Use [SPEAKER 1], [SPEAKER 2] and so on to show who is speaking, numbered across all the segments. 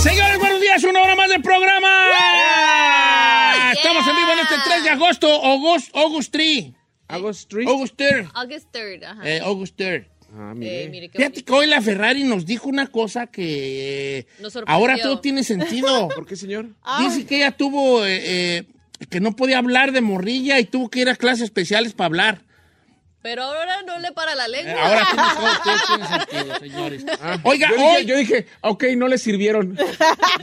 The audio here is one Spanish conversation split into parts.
[SPEAKER 1] Señores, buenos días, una hora más de programa. Estamos en vivo en este 3 de agosto, August, August 3.
[SPEAKER 2] August Street.
[SPEAKER 1] August 3.
[SPEAKER 3] August 3rd, ajá.
[SPEAKER 1] eh, August 3.
[SPEAKER 2] Ah, mire.
[SPEAKER 3] Eh, mire qué
[SPEAKER 1] Fíjate que hoy la Ferrari nos dijo una cosa que eh,
[SPEAKER 3] Nos sorprendió.
[SPEAKER 1] ahora todo tiene sentido.
[SPEAKER 2] ¿Por qué, señor?
[SPEAKER 1] Dice que ella tuvo, eh, eh, que no podía hablar de morrilla y tuvo que ir a clases especiales para hablar.
[SPEAKER 3] bonito. Pero ahora no le para la
[SPEAKER 1] Eh,
[SPEAKER 3] lengua.
[SPEAKER 1] Ahora tiene, todo- todo tiene sentido, señores. Oiga,
[SPEAKER 2] yo
[SPEAKER 1] hoy...
[SPEAKER 2] dije, yo dije,
[SPEAKER 1] "Ah,
[SPEAKER 2] ok, no le sirvieron.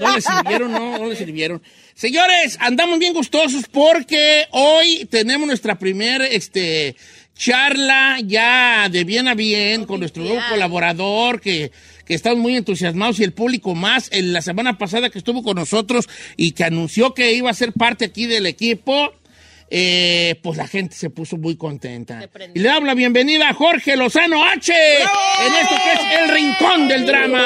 [SPEAKER 1] No le sirvieron, no, no le sirvieron. Señores, andamos bien gustosos porque hoy tenemos nuestra primer este, charla ya de bien a bien con nuestro nuevo colaborador que, que estamos muy entusiasmados y el público más. En la semana pasada que estuvo con nosotros y que anunció que iba a ser parte aquí del equipo, eh, pues la gente se puso muy contenta.
[SPEAKER 3] Se prendió.
[SPEAKER 1] Y le damos la bienvenida a Jorge Lozano H en esto que es el rincón del drama.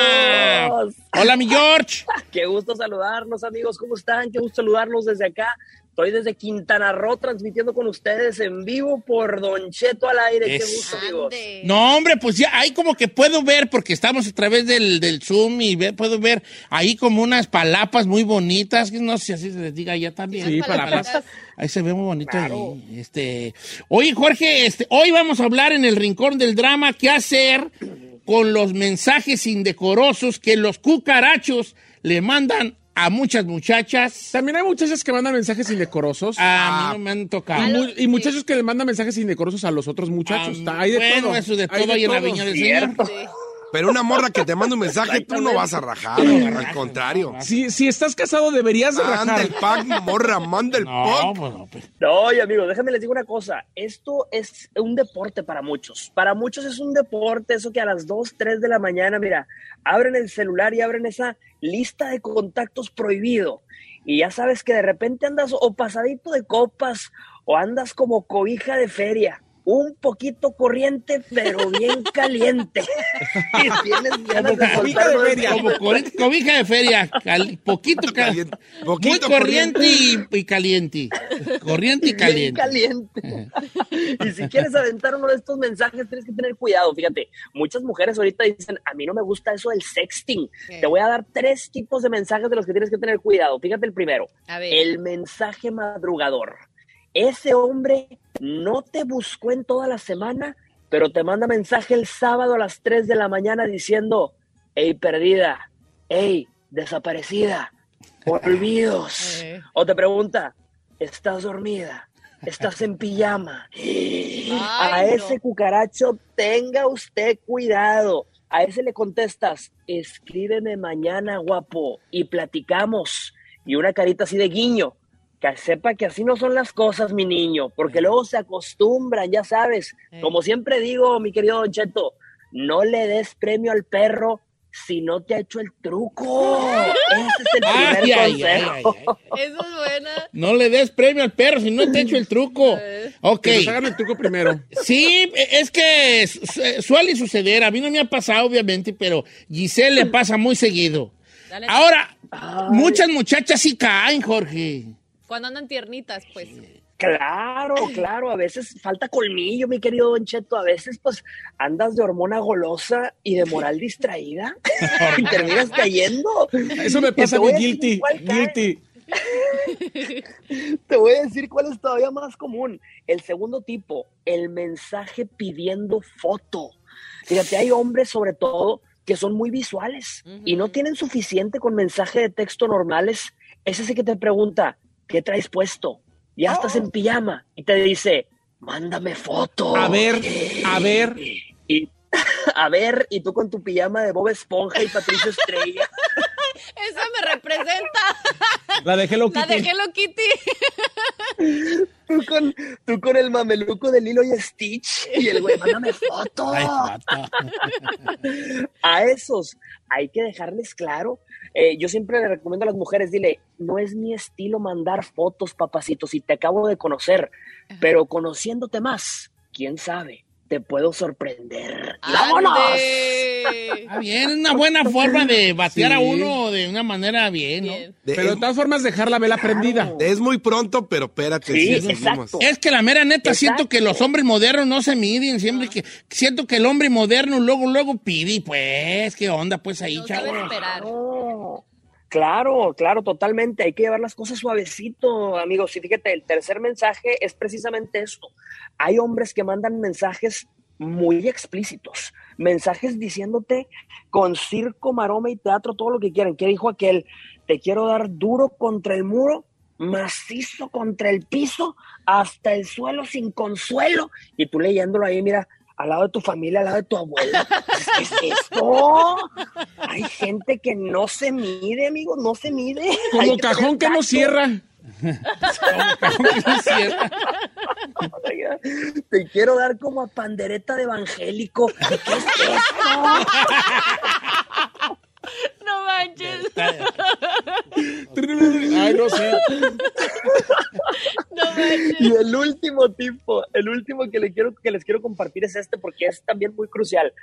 [SPEAKER 4] Dios.
[SPEAKER 1] Hola, mi George.
[SPEAKER 4] Qué gusto saludarlos, amigos. ¿Cómo están? Qué gusto saludarlos desde acá. Estoy desde Quintana Roo transmitiendo con ustedes en vivo por Don Cheto al aire. Qué
[SPEAKER 1] Es-
[SPEAKER 4] gusto, amigos.
[SPEAKER 3] Ande.
[SPEAKER 1] No, hombre, pues ya ahí como que puedo ver, porque estamos a través del, del Zoom y ve- puedo ver ahí como unas palapas muy bonitas, que no sé si así se les diga ya también.
[SPEAKER 3] Sí,
[SPEAKER 1] Unas
[SPEAKER 3] palapas.
[SPEAKER 1] Ahí se ve muy bonito. ahí, Este, oye, Jorge, este, hoy vamos a hablar en el Rincón del Drama qué hacer con los mensajes indecorosos que los cucarachos le mandan a muchas muchachas.
[SPEAKER 2] También hay muchachas que mandan mensajes indecorosos.
[SPEAKER 1] Ah,
[SPEAKER 2] Ah,
[SPEAKER 1] A mí no me han tocado.
[SPEAKER 2] Y, mu- y muchachos que le mandan mensajes indecorosos a los otros muchachos.
[SPEAKER 1] Ah,
[SPEAKER 2] Está- hay de
[SPEAKER 1] bueno,
[SPEAKER 2] todo.
[SPEAKER 1] eso de
[SPEAKER 2] Hay
[SPEAKER 1] todo y en la
[SPEAKER 2] todo.
[SPEAKER 1] viña del Señor.
[SPEAKER 5] Pero una morra que te manda un mensaje, tú no vas a rajar, al contrario.
[SPEAKER 2] Si, si estás casado, deberías de
[SPEAKER 5] Manda
[SPEAKER 2] rajar.
[SPEAKER 5] el pack, morra, manda el
[SPEAKER 1] No,
[SPEAKER 5] pack.
[SPEAKER 1] pues no, pues.
[SPEAKER 4] No, oye, amigos, déjenme les digo una cosa. Esto es un deporte para muchos. Para muchos es un deporte, eso que a las 2, 3 de la mañana, mira, abren el celular y abren esa lista de contactos prohibido. Y ya sabes que de repente andas o pasadito de copas o andas como cobija de feria. Un poquito corriente, pero bien caliente. y tienes ganas de
[SPEAKER 2] cobija
[SPEAKER 4] soltar
[SPEAKER 2] de
[SPEAKER 4] unos
[SPEAKER 2] feria.
[SPEAKER 1] Como corri- cobija de feria, cal- poquito
[SPEAKER 5] Caliente,
[SPEAKER 1] caliente.
[SPEAKER 5] poquito
[SPEAKER 1] muy corriente y, y caliente. Corriente y
[SPEAKER 4] bien
[SPEAKER 1] caliente.
[SPEAKER 4] caliente. y si quieres aventar uno de estos mensajes, tienes que tener cuidado. Fíjate, muchas mujeres ahorita dicen, a mí no me gusta eso del sexting. Te voy a dar tres tipos de mensajes de los que tienes que tener cuidado. Fíjate el primero,
[SPEAKER 3] A ver.
[SPEAKER 4] el mensaje madrugador. Ese hombre no te buscó en toda la semana, pero te manda mensaje el sábado a las 3 de la mañana diciendo, hey, perdida, hey, desaparecida, olvidos.
[SPEAKER 3] Eh.
[SPEAKER 4] O te pregunta, ¿estás dormida? ¿Estás en pijama? a
[SPEAKER 3] no.
[SPEAKER 4] ese cucaracho tenga usted cuidado. A ese le contestas, escríbeme mañana, guapo, y platicamos. Y una carita así de guiño. Que sepa que así no son las cosas, mi niño, porque luego se acostumbran, ya sabes.
[SPEAKER 3] Eh.
[SPEAKER 4] Como siempre digo, mi querido Don Cheto, no le des premio al perro si no te ha hecho el truco. Ese es el primer
[SPEAKER 1] Ay, ay, ay,
[SPEAKER 4] consejo.
[SPEAKER 1] ay, ay.
[SPEAKER 3] Eso es buena.
[SPEAKER 1] No le des premio al perro si no te echo el truco. Ok.
[SPEAKER 2] Que nos hagan el truco primero.
[SPEAKER 1] Sí, es que su- su- suele suceder. A mí no me ha pasado, obviamente, pero Giselle le pasa muy seguido.
[SPEAKER 3] Dale.
[SPEAKER 1] Ahora, muchas muchachas sí caen, Jorge.
[SPEAKER 3] Cuando andan tiernitas, pues.
[SPEAKER 4] Claro, claro, a veces falta colmillo, mi querido Don Cheto, a veces pues andas de hormona golosa y de moral distraída y terminas cayendo.
[SPEAKER 2] Eso me
[SPEAKER 4] Te
[SPEAKER 2] pasa a
[SPEAKER 4] voy
[SPEAKER 2] mi
[SPEAKER 4] a decir
[SPEAKER 2] guilty.
[SPEAKER 4] cuál cae.
[SPEAKER 2] Guilty.
[SPEAKER 4] Te voy a decir cuál es todavía más común. El segundo tipo, el mensaje pidiendo foto. Fíjate, hay hombres sobre todo que son muy visuales y no tienen suficiente con mensaje de texto normales. Es ese que te pregunta, ¿qué traes puesto?
[SPEAKER 2] Ah.
[SPEAKER 4] Ya estás en pijama y te dice, mándame foto.
[SPEAKER 2] A ver, a ver.
[SPEAKER 4] Y, a ver, y tú con tu pijama de Bob Esponja y Patricio Estrella.
[SPEAKER 3] Esa me representa.
[SPEAKER 2] La dejé Hello
[SPEAKER 3] La de
[SPEAKER 2] Kitty.
[SPEAKER 3] Hello Kitty.
[SPEAKER 4] Tú con, tú con el mameluco de Lilo y Stitch y el güey, mándame foto.
[SPEAKER 1] Ay, vato.
[SPEAKER 4] A esos hay que dejarles claro. Eh, yo siempre le recomiendo a las mujeres, dile, no es mi estilo mandar fotos, papacito, si te acabo de conocer, pero conociéndote más, quién sabe, te puedo sorprender. ¡Vámonos!
[SPEAKER 3] Ande.
[SPEAKER 1] Está bien, es una buena forma de batear
[SPEAKER 2] Sí.
[SPEAKER 1] a uno de una manera bien, ¿no?
[SPEAKER 3] Bien.
[SPEAKER 5] De-
[SPEAKER 2] Pero de
[SPEAKER 5] es,
[SPEAKER 2] todas formas, dejar la vela prendida.
[SPEAKER 5] es muy pronto, pero espérate.
[SPEAKER 4] Sí,
[SPEAKER 5] sí, seguimos.
[SPEAKER 4] exacto.
[SPEAKER 1] Es que la mera neta,
[SPEAKER 4] Exacto.
[SPEAKER 1] siento que los hombres modernos no se miden, siempre que siento que el hombre moderno luego, luego pide, pues, ¿qué onda? Pues ahí,
[SPEAKER 3] No
[SPEAKER 1] chavo.
[SPEAKER 3] sabe esperar.
[SPEAKER 4] No. Claro, claro, totalmente. Hay que llevar las cosas suavecito, amigos. Y fíjate, el tercer mensaje es precisamente esto. Hay hombres que mandan mensajes muy explícitos, mensajes diciéndote con circo, maroma y teatro todo lo que quieran. ¿Qué dijo aquel? Te quiero dar duro contra el muro, macizo contra el piso, hasta el suelo sin consuelo. Y tú leyéndolo ahí, mira, al lado de tu familia, al lado de tu abuela. ¿Qué es esto? Hay gente que no se mide, amigos, no se mide. Hay
[SPEAKER 2] Como
[SPEAKER 4] tener
[SPEAKER 2] cajón que no
[SPEAKER 4] tacto.
[SPEAKER 2] cierra.
[SPEAKER 4] Te quiero dar como a pandereta de evangélico. ¿Qué es esto?
[SPEAKER 3] No manches.
[SPEAKER 2] Ay, no sé.
[SPEAKER 3] No manches.
[SPEAKER 4] Y el último tipo, el último que, le quiero, que les quiero compartir es este porque es también muy crucial.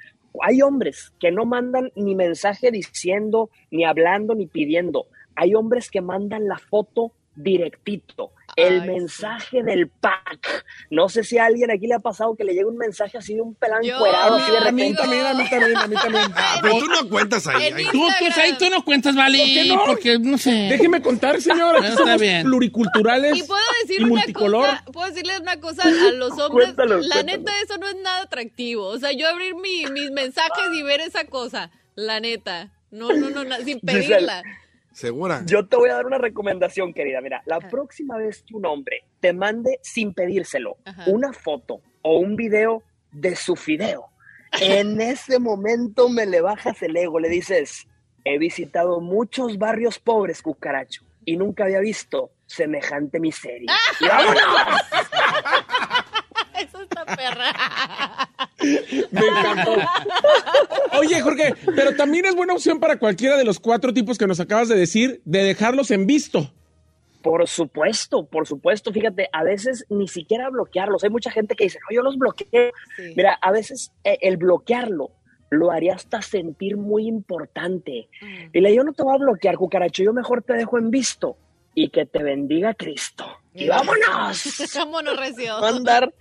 [SPEAKER 4] Hay hombres que no mandan ni mensaje diciendo, ni hablando, ni pidiendo. Hay hombres que mandan la foto directito. El
[SPEAKER 3] Ay,
[SPEAKER 4] mensaje del pack. No sé si a alguien aquí le ha pasado que le llega un mensaje así de un pelán
[SPEAKER 3] Yo,
[SPEAKER 4] cuerado, así de
[SPEAKER 3] amigo.
[SPEAKER 2] A mí
[SPEAKER 4] repente.
[SPEAKER 2] también, a mí también, a mí también.
[SPEAKER 5] Ah, pero tú no cuentas ahí.
[SPEAKER 3] En
[SPEAKER 5] ahí.
[SPEAKER 3] mi-
[SPEAKER 1] Tú, tú, ahí tú no cuentas, Vale,
[SPEAKER 2] qué no?
[SPEAKER 1] porque no sé.
[SPEAKER 2] Déjeme contar, señora.
[SPEAKER 1] Bueno,
[SPEAKER 2] Aquí
[SPEAKER 1] está
[SPEAKER 2] somos
[SPEAKER 1] bien.
[SPEAKER 2] pluriculturales
[SPEAKER 3] Y puedo decir
[SPEAKER 2] y
[SPEAKER 3] una
[SPEAKER 2] multicolor.
[SPEAKER 3] cosa, puedo decirles una cosa a los hombres,
[SPEAKER 4] Cuéntalo,
[SPEAKER 3] la
[SPEAKER 4] cuéntalo.
[SPEAKER 3] neta eso no es nada atractivo, o sea, yo abrir mi- mis mensajes y ver esa cosa, la neta, no, no, no, na- sin
[SPEAKER 4] Giselle.
[SPEAKER 3] pedirla.
[SPEAKER 5] Segura.
[SPEAKER 4] Yo te voy a dar una recomendación, querida. Mira, la próxima vez que un hombre te mande sin pedírselo
[SPEAKER 3] Ajá.
[SPEAKER 4] una foto o un video de su fideo, en ese momento me le bajas el ego, le dices, he visitado muchos barrios pobres, cucaracho, y nunca había visto semejante miseria. Y vámonos.
[SPEAKER 3] Eso está perra.
[SPEAKER 2] Me encantó. Oye, Jorge, pero también es buena opción para cualquiera de los cuatro tipos que nos acabas de decir de dejarlos en visto.
[SPEAKER 4] Por supuesto, por supuesto. Fíjate, a veces ni siquiera bloquearlos. Hay mucha gente que dice, no, yo los bloqueo.
[SPEAKER 3] Sí.
[SPEAKER 4] Mira, a veces eh, el bloquearlo lo haría hasta sentir muy importante. Y le yo no te voy a bloquear, cucaracho, yo mejor te dejo en visto y que te bendiga Cristo. Y vámonos.
[SPEAKER 3] Vámonos, recio.
[SPEAKER 4] No andar,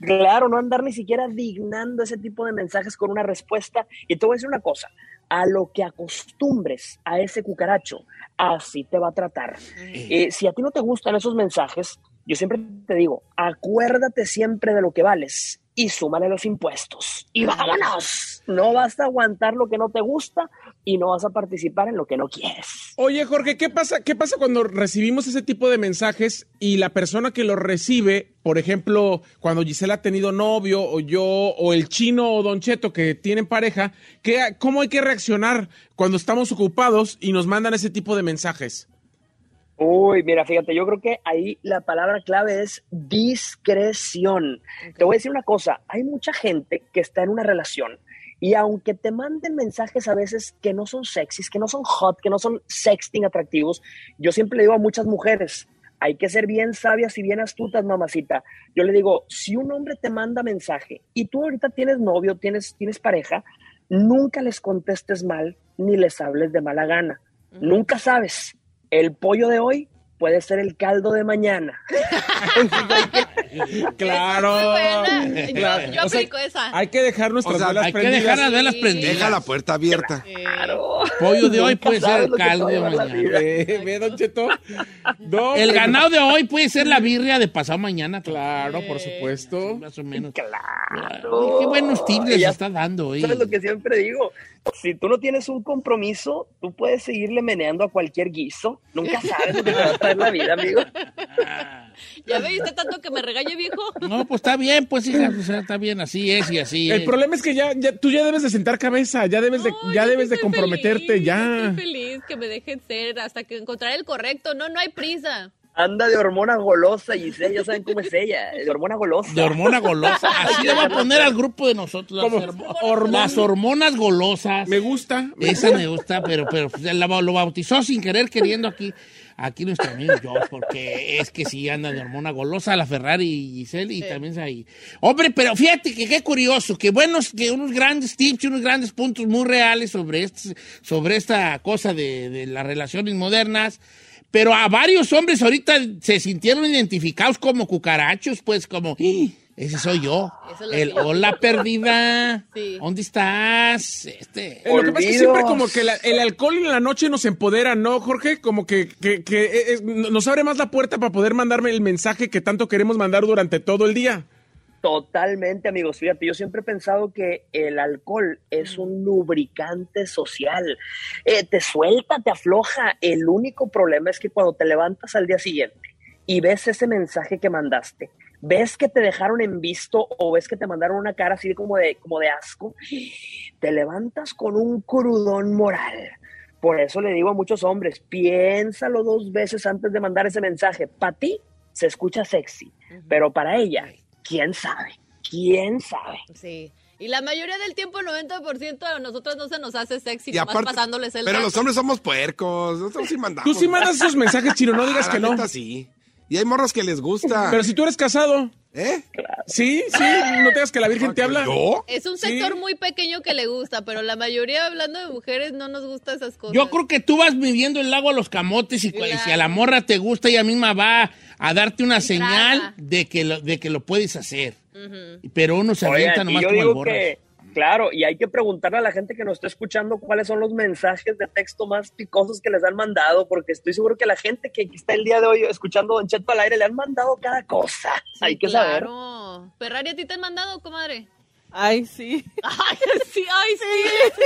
[SPEAKER 4] claro, no andar ni siquiera dignando ese tipo de mensajes con una respuesta. Y te voy a decir una cosa, a lo que acostumbres a ese cucaracho, así te va a tratar. Eh, si a ti no te gustan esos mensajes, yo siempre te digo, acuérdate siempre de lo que vales y súmale los impuestos. Y vámonos. No vas a aguantar lo que no te gusta y no vas a participar en lo que no quieres.
[SPEAKER 2] Oye, Jorge, ¿qué pasa, ¿qué pasa cuando recibimos ese tipo de mensajes y la persona que los recibe, por ejemplo, cuando Gisela ha tenido novio o yo o el chino o Don Cheto que tienen pareja, ¿qué, ¿cómo hay que reaccionar cuando estamos ocupados y nos mandan ese tipo de mensajes?
[SPEAKER 4] Uy, mira, fíjate, yo creo que ahí la palabra clave es discreción. Te voy a decir una cosa, hay mucha gente que está en una relación y aunque te manden mensajes a veces que no son sexys, que no son hot, que no son sexting atractivos, yo siempre le digo a muchas mujeres, hay que ser bien sabias y bien astutas, mamacita. Yo le digo, si un hombre te manda mensaje y tú ahorita tienes novio, tienes, tienes pareja, nunca les contestes mal ni les hables de mala gana. Nunca sabes. El pollo de hoy puede ser el caldo de mañana.
[SPEAKER 2] Claro.
[SPEAKER 3] Esa es muy buena. Yo-
[SPEAKER 2] Claro.
[SPEAKER 3] yo
[SPEAKER 2] O sea,
[SPEAKER 3] aplico esa.
[SPEAKER 2] Hay que dejar nuestras
[SPEAKER 5] O sea,
[SPEAKER 2] velas
[SPEAKER 1] Hay que
[SPEAKER 2] prendidas.
[SPEAKER 1] dejar las velas
[SPEAKER 3] Sí.
[SPEAKER 1] prendidas.
[SPEAKER 5] Deja la puerta abierta.
[SPEAKER 4] Claro.
[SPEAKER 1] Pollo de hoy puede ser
[SPEAKER 4] sabes
[SPEAKER 1] el
[SPEAKER 4] lo que
[SPEAKER 1] caldo
[SPEAKER 4] te
[SPEAKER 1] de
[SPEAKER 4] va a dar la
[SPEAKER 1] mañana.
[SPEAKER 2] Eh, ve, Don Cheto. No,
[SPEAKER 1] El
[SPEAKER 2] pues,
[SPEAKER 1] ganado de hoy puede ser la birria de pasado mañana.
[SPEAKER 2] Claro, por supuesto.
[SPEAKER 1] Más o menos.
[SPEAKER 4] Claro.
[SPEAKER 1] Qué buenos tips les
[SPEAKER 4] Ya
[SPEAKER 1] está dando, hoy.
[SPEAKER 4] ¿Sabes lo que siempre digo? Si tú no tienes un compromiso, tú puedes seguirle meneando a cualquier guiso. Nunca sabes lo que te va a traer la vida, amigo.
[SPEAKER 3] ¿Ya viste tanto que me regañe, viejo?
[SPEAKER 1] No, pues está bien, pues hija, o sea, está bien, así es y así
[SPEAKER 2] El
[SPEAKER 1] es.
[SPEAKER 2] problema es que ya, ya- tú ya debes de sentar cabeza, ya debes de,
[SPEAKER 3] No,
[SPEAKER 2] ya
[SPEAKER 3] yo sí
[SPEAKER 2] debes de
[SPEAKER 3] estoy
[SPEAKER 2] comprometerte,
[SPEAKER 3] feliz,
[SPEAKER 2] ya.
[SPEAKER 3] Estoy feliz que me dejen ser hasta que encontrar el correcto. No, no hay prisa.
[SPEAKER 4] Anda de hormona golosa, Giselle, ya saben cómo es ella, de hormona golosa.
[SPEAKER 1] De hormona golosa. Así le va a poner al grupo de nosotros. Las,
[SPEAKER 2] Como
[SPEAKER 1] hormo-
[SPEAKER 2] hormon-
[SPEAKER 1] las hormonas golosas.
[SPEAKER 2] Me gusta. me
[SPEAKER 1] Esa me gusta, pero, pero pues, la- lo bautizó sin querer queriendo aquí, aquí nuestro amigo Josh, porque es que sí anda de hormona golosa la Ferrari y Giselle y también es ahí. Hombre, pero fíjate que qué curioso, que buenos, que unos grandes tips y unos grandes puntos muy reales sobre, este- sobre esta cosa de, de las relaciones modernas. Pero a varios hombres ahorita se sintieron identificados como cucarachos, pues como, "Ih, ese soy yo.
[SPEAKER 3] Eso lo
[SPEAKER 1] El
[SPEAKER 3] siento.
[SPEAKER 1] hola perdida.
[SPEAKER 3] Sí.
[SPEAKER 1] ¿Dónde estás? Este.
[SPEAKER 2] Eh, lo que pasa es que siempre
[SPEAKER 4] Olvidos.
[SPEAKER 2] como que la- el alcohol en la noche nos empodera, ¿no, Jorge? Como que, que- que, eh, eh, nos abre más la puerta para poder mandarme el mensaje que tanto queremos mandar durante todo el día.
[SPEAKER 4] Totalmente, amigos. Fíjate, yo siempre he pensado que el alcohol es un lubricante social. Eh, te suelta, te afloja. El único problema es que cuando te levantas al día siguiente y ves ese mensaje que mandaste, ves que te dejaron en visto o ves que te mandaron una cara así como de, como de asco, te levantas con un crudón moral. Por eso le digo a muchos hombres, piénsalo dos veces antes de mandar ese mensaje. Para ti se escucha sexy, pero para ella, quién sabe, quién sabe.
[SPEAKER 3] Sí. Y la mayoría del tiempo, el 90% a nosotros no se nos hace sexy,
[SPEAKER 5] Y
[SPEAKER 3] nomás
[SPEAKER 5] aparte,
[SPEAKER 3] pasándoles el
[SPEAKER 5] pero
[SPEAKER 3] dato.
[SPEAKER 5] los hombres somos puercos. Nosotros sí mandamos.
[SPEAKER 2] Tú sí mandas esos mensajes, Chino, no digas
[SPEAKER 5] Ah,
[SPEAKER 2] que
[SPEAKER 5] la
[SPEAKER 2] no.
[SPEAKER 5] neta sí. Y hay morros que les gusta.
[SPEAKER 2] Pero si tú eres casado,
[SPEAKER 5] ¿Eh?
[SPEAKER 2] sí, sí, no tengas que la Virgen
[SPEAKER 5] Ah,
[SPEAKER 2] te habla.
[SPEAKER 5] ¿Yo?
[SPEAKER 3] Es un
[SPEAKER 2] Sí.
[SPEAKER 3] sector muy pequeño que le gusta, pero la mayoría, hablando de mujeres, no nos gusta esas cosas.
[SPEAKER 1] Yo creo que tú vas viviendo el lago a los camotes y, cu- y si a la morra te gusta, ella misma va a darte una señal
[SPEAKER 3] Entrada.
[SPEAKER 1] de que, lo, de que lo puedes hacer. Pero uno se
[SPEAKER 4] Oigan,
[SPEAKER 1] avienta
[SPEAKER 4] y
[SPEAKER 1] nomás
[SPEAKER 4] yo
[SPEAKER 1] como el
[SPEAKER 4] digo
[SPEAKER 1] borras.
[SPEAKER 4] que, claro, y hay que preguntarle a la gente que nos está escuchando cuáles son los mensajes de texto más picosos que les han mandado, porque estoy seguro que la gente que está el día de hoy escuchando Don Cheto al aire le han mandado cada cosa.
[SPEAKER 3] Sí,
[SPEAKER 4] hay que saber.
[SPEAKER 3] claro. Ferrari, ¿a ti te han mandado, comadre?
[SPEAKER 6] Ay, sí.
[SPEAKER 3] Ay, sí, ay, sí.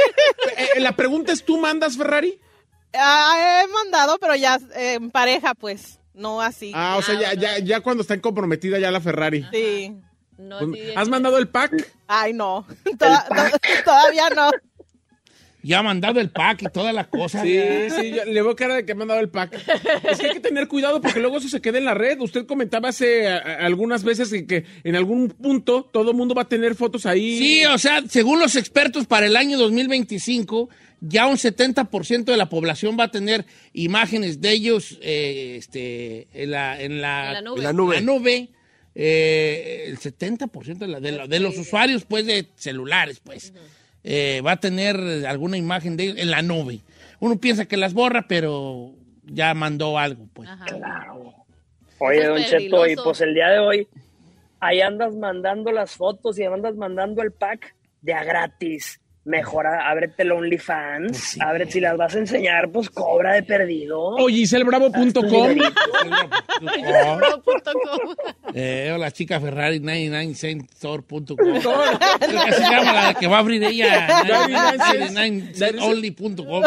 [SPEAKER 2] Eh, eh, la pregunta es, ¿tú mandas Ferrari?
[SPEAKER 6] Ah, he mandado, pero ya eh, en pareja, pues. No así.
[SPEAKER 2] Ah, o sea, ya, ya, ya cuando está comprometida ya la Ferrari.
[SPEAKER 6] Sí.
[SPEAKER 3] No,
[SPEAKER 2] Pues,
[SPEAKER 3] sí, de-
[SPEAKER 2] ¿Has mandado el pack?
[SPEAKER 6] Ay, no. Toda- to- todavía no.
[SPEAKER 1] Ya ha mandado el pack y todas las cosas.
[SPEAKER 2] Sí, sí, yo le veo cara de que ha mandado el pack. Es que hay que tener cuidado porque luego eso se queda en la red. Usted comentaba hace a- a- algunas veces que, que en algún punto todo el mundo va a tener fotos ahí.
[SPEAKER 1] Sí, o sea, según los expertos, para el año 2025, ya un 70% de la población va a tener imágenes de ellos eh, este, en, la, en, la,
[SPEAKER 3] En la nube.
[SPEAKER 5] La nube.
[SPEAKER 1] la nube, eh, el 70% de, la- de la- de los usuarios pues, de celulares pues, eh, va a tener alguna imagen de ellos en la nube. Uno piensa que las borra, pero ya mandó algo. Pues.
[SPEAKER 3] Ajá.
[SPEAKER 4] Oye,
[SPEAKER 3] es
[SPEAKER 4] Don Cheto, y
[SPEAKER 3] peligroso.
[SPEAKER 4] pues el día de hoy, ahí andas mandando las fotos y andas mandando el pack de a gratis. Mejora, ábrete el OnlyFans,
[SPEAKER 1] Pues
[SPEAKER 4] ábrete, si las vas a enseñar, pues cobra de perdido.
[SPEAKER 2] O giselbravo.com.
[SPEAKER 1] Oh,
[SPEAKER 3] Pro.com.
[SPEAKER 1] Eh, o la chica Ferrari 99centstore.com. Se llama la que va a abrir ella. 99centonly.com.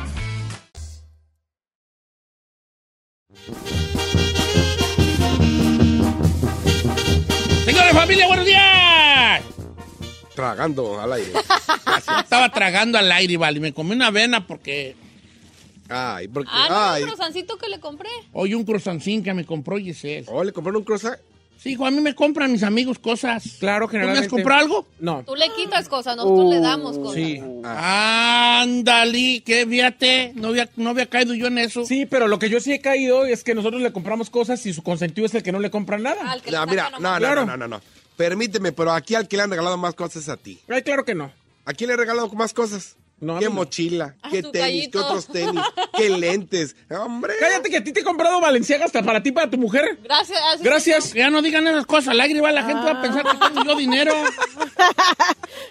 [SPEAKER 1] Señores, familia, buenos días.
[SPEAKER 5] Tragando al aire.
[SPEAKER 1] Estaba tragando al aire, vale. Me comí una avena porque
[SPEAKER 5] Ay, porque.
[SPEAKER 3] Ah, no,
[SPEAKER 5] ay.
[SPEAKER 3] el croissancito que le compré.
[SPEAKER 1] hoy un croissantín que me compró Giselle.
[SPEAKER 5] Oh, le compraron un croissant.
[SPEAKER 1] Sí, hijo, a mí me compran mis amigos cosas.
[SPEAKER 2] Claro,
[SPEAKER 1] ¿Tú me has
[SPEAKER 2] generalmente.
[SPEAKER 1] comprado algo?
[SPEAKER 2] No.
[SPEAKER 3] Tú le quitas cosas, nosotros le damos cosas.
[SPEAKER 2] Uh, Sí.
[SPEAKER 1] Ándale, que fíjate. No había, no había caído yo en eso.
[SPEAKER 2] Sí, pero lo que yo sí he caído es que nosotros le compramos cosas y su consentido es el que no le compra nada.
[SPEAKER 3] Al que
[SPEAKER 5] No,
[SPEAKER 3] le
[SPEAKER 5] mira,
[SPEAKER 3] saca
[SPEAKER 5] no,
[SPEAKER 3] nomás.
[SPEAKER 5] no,
[SPEAKER 2] Claro.
[SPEAKER 5] no, no, no. Permíteme, pero aquí al que le han regalado más cosas es a ti.
[SPEAKER 2] Ay, claro que no.
[SPEAKER 5] ¿A quién le he regalado más cosas?
[SPEAKER 2] No, a
[SPEAKER 5] ¿Qué
[SPEAKER 2] mí no.
[SPEAKER 5] mochila?
[SPEAKER 3] A
[SPEAKER 5] ¿Qué
[SPEAKER 3] su
[SPEAKER 5] tenis?
[SPEAKER 3] gallito.
[SPEAKER 5] ¿Qué otros tenis? ¿Qué lentes? ¡Hombre!
[SPEAKER 2] Cállate que a ti te he comprado Valenciaga hasta para ti, para tu mujer.
[SPEAKER 3] Gracias. así-
[SPEAKER 2] Gracias.
[SPEAKER 1] Que ya no digan esas cosas. Al aire va la gente va a pensar que tengo yo dinero.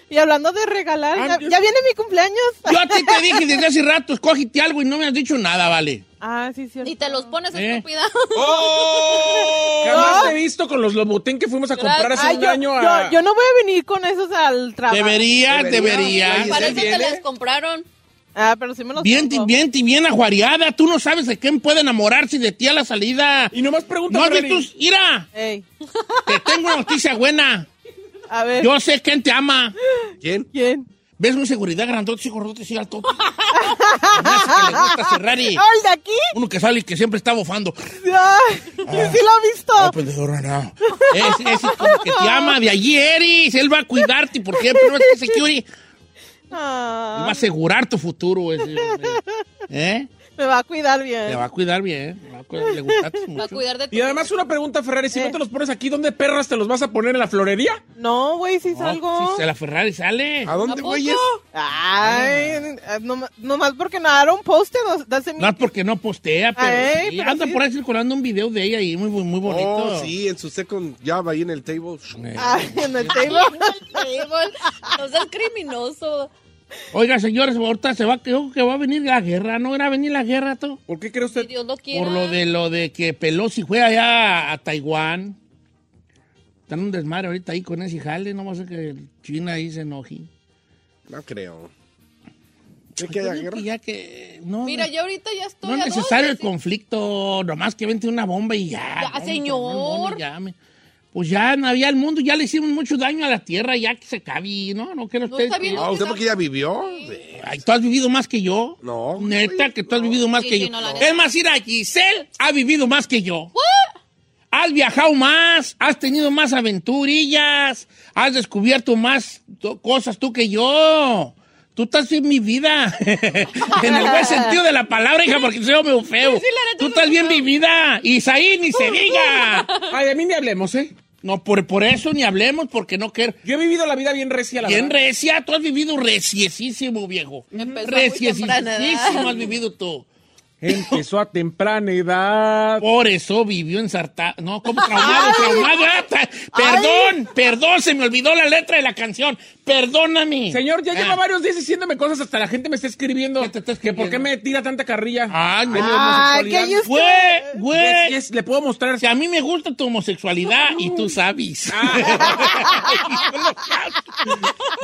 [SPEAKER 6] Y hablando de regalar,
[SPEAKER 1] Ah,
[SPEAKER 6] ya,
[SPEAKER 1] yo-
[SPEAKER 6] ya viene mi cumpleaños.
[SPEAKER 1] Yo a ti te dije desde hace rato, escógete algo y no me has dicho nada, vale.
[SPEAKER 6] Ah, sí, sí.
[SPEAKER 3] Y te los pones
[SPEAKER 1] Eh.
[SPEAKER 3] estúpida.
[SPEAKER 2] Jamás te he visto con los Lobotén que fuimos a comprar hace
[SPEAKER 6] Ay,
[SPEAKER 2] un
[SPEAKER 6] yo,
[SPEAKER 2] año a...
[SPEAKER 6] yo- yo no voy a venir con esos al trabajo.
[SPEAKER 1] Deberías,
[SPEAKER 5] Debería.
[SPEAKER 1] deberías.
[SPEAKER 5] Oye,
[SPEAKER 3] Para eso te
[SPEAKER 5] viene?
[SPEAKER 3] las compraron.
[SPEAKER 6] Ah, pero sí me los
[SPEAKER 1] Bien,
[SPEAKER 6] pongo.
[SPEAKER 1] bien, bien ajuareada. Tú no sabes de quién puede enamorarse de ti a la salida.
[SPEAKER 2] Y nomás pregunta,
[SPEAKER 1] No has
[SPEAKER 2] Ferrari.
[SPEAKER 1] visto. Mira,
[SPEAKER 6] Ey,
[SPEAKER 1] te tengo una noticia buena.
[SPEAKER 6] a ver,
[SPEAKER 1] Yo sé quién te ama.
[SPEAKER 5] ¿Quién?
[SPEAKER 6] ¿quién?
[SPEAKER 1] ¿Ves un seguridad grandote, y gordote, sí, alto? Además, que le gusta Ferrari.
[SPEAKER 6] Ah, ¿El de aquí?
[SPEAKER 1] Uno que sale y que siempre está bofando.
[SPEAKER 6] Ay, sí lo ha visto.
[SPEAKER 1] Ah. No, pues, pendejo, no, no. Ese, ese es como que te ama de allí eres. Él va a cuidarte por siempre. No es que security. Él
[SPEAKER 6] Ah,
[SPEAKER 1] va a asegurar tu futuro. Ese, hombre. ¿Eh?
[SPEAKER 6] me va a cuidar
[SPEAKER 1] Te
[SPEAKER 6] bien.
[SPEAKER 1] va a cuidar bien. te va a cuidar- Le gustaste
[SPEAKER 3] Para
[SPEAKER 1] mucho.
[SPEAKER 3] cuidar de ti.
[SPEAKER 2] Y además una pregunta, Ferrari, si
[SPEAKER 1] Eh.
[SPEAKER 2] no te los pones aquí, ¿dónde perras te los vas a poner en la florería?
[SPEAKER 6] No, güey, si
[SPEAKER 1] No,
[SPEAKER 6] salgo.
[SPEAKER 1] si se la Ferrari sale.
[SPEAKER 5] ¿A dónde, güeyes?
[SPEAKER 6] Ay, no, nomás porque no era un poste, no, dase mi-
[SPEAKER 1] No es porque no postea, pero,
[SPEAKER 6] Ay,
[SPEAKER 1] sí,
[SPEAKER 6] pero
[SPEAKER 1] anda
[SPEAKER 6] sí.
[SPEAKER 1] por ahí circulando un video de ella ahí muy, muy, muy bonito.
[SPEAKER 5] Oh, sí, en su second job ahí en el table.
[SPEAKER 6] Ay, Ah, en el table.
[SPEAKER 3] No seas criminoso.
[SPEAKER 1] Oiga, señores, ahorita se va, creo que va a venir la guerra. ¿No era venir la guerra, tú?
[SPEAKER 2] ¿Por qué cree
[SPEAKER 3] Si
[SPEAKER 2] usted?
[SPEAKER 3] Dios lo quiera.
[SPEAKER 1] Por lo de lo de que Pelosi fue allá a Taiwán. Están un desmadre ahorita ahí con ese jale, no más que China ahí se enoje. Pues
[SPEAKER 5] No creo.
[SPEAKER 1] Yo digo que ya que no,
[SPEAKER 3] Mira, yo ahorita ya estoy.
[SPEAKER 1] no
[SPEAKER 3] a
[SPEAKER 1] es
[SPEAKER 3] dos,
[SPEAKER 1] necesario el
[SPEAKER 3] así-
[SPEAKER 1] conflicto, nomás que vente una bomba y ya.
[SPEAKER 3] Ya,
[SPEAKER 1] ¿no?
[SPEAKER 3] señor.
[SPEAKER 1] Bueno, ya me- pues ya no había el mundo, ya le hicimos mucho daño a la tierra, ya que se cabe, ¿no? No quiero ustedes.
[SPEAKER 3] está bien
[SPEAKER 5] Ah, ¿usted porque ya vivió?
[SPEAKER 1] Ay, tú has vivido más que yo.
[SPEAKER 5] No.
[SPEAKER 1] Neta, que tú has vivido más
[SPEAKER 3] Sí,
[SPEAKER 1] que
[SPEAKER 3] sí,
[SPEAKER 1] yo.
[SPEAKER 3] no, la neta.
[SPEAKER 1] es más, ir a Giselle ha vivido más que yo. Has viajado más, has tenido más aventurillas, has descubierto más to- cosas tú que yo. Tú estás en mi vida. en el buen sentido de la palabra, hija, porque soy medio feo.
[SPEAKER 3] la neta,
[SPEAKER 1] tú
[SPEAKER 3] sí,
[SPEAKER 1] estás
[SPEAKER 3] sí,
[SPEAKER 1] bien
[SPEAKER 3] sí.
[SPEAKER 1] vivida. Isaí, ni se diga.
[SPEAKER 2] Ay, a mí ni hablemos, ¿eh?
[SPEAKER 1] No, por, por eso ni hablemos, porque no quiero.
[SPEAKER 2] Yo he vivido la vida bien recia, la
[SPEAKER 1] Bien
[SPEAKER 2] verdad.
[SPEAKER 1] recia, tú has vivido reciesísimo, viejo.
[SPEAKER 3] Empezó muy temprana edad.
[SPEAKER 1] Reciesísimo has vivido tú.
[SPEAKER 2] Empezó a temprana edad.
[SPEAKER 1] Por eso vivió ensartado. No, como traumado, traumado. Ah, ta- Perdón, perdón, se me olvidó la letra de la canción. Perdóname.
[SPEAKER 2] Señor, ya
[SPEAKER 1] Ah,
[SPEAKER 2] lleva varios días diciéndome cosas, hasta la gente me está escribiendo.
[SPEAKER 1] ¿Qué te está
[SPEAKER 2] que
[SPEAKER 1] escribiendo? Ah.
[SPEAKER 2] ¿Por qué me tira tanta carrilla?
[SPEAKER 1] Ay,
[SPEAKER 2] De mi
[SPEAKER 1] no.
[SPEAKER 6] Ay,
[SPEAKER 2] homosexualidad.
[SPEAKER 6] que yo-
[SPEAKER 1] Güey,
[SPEAKER 2] Yes,
[SPEAKER 1] güey.
[SPEAKER 2] yes, le puedo mostrar.
[SPEAKER 1] Si a mí me gusta tu homosexualidad y tú sabes.
[SPEAKER 2] Ah.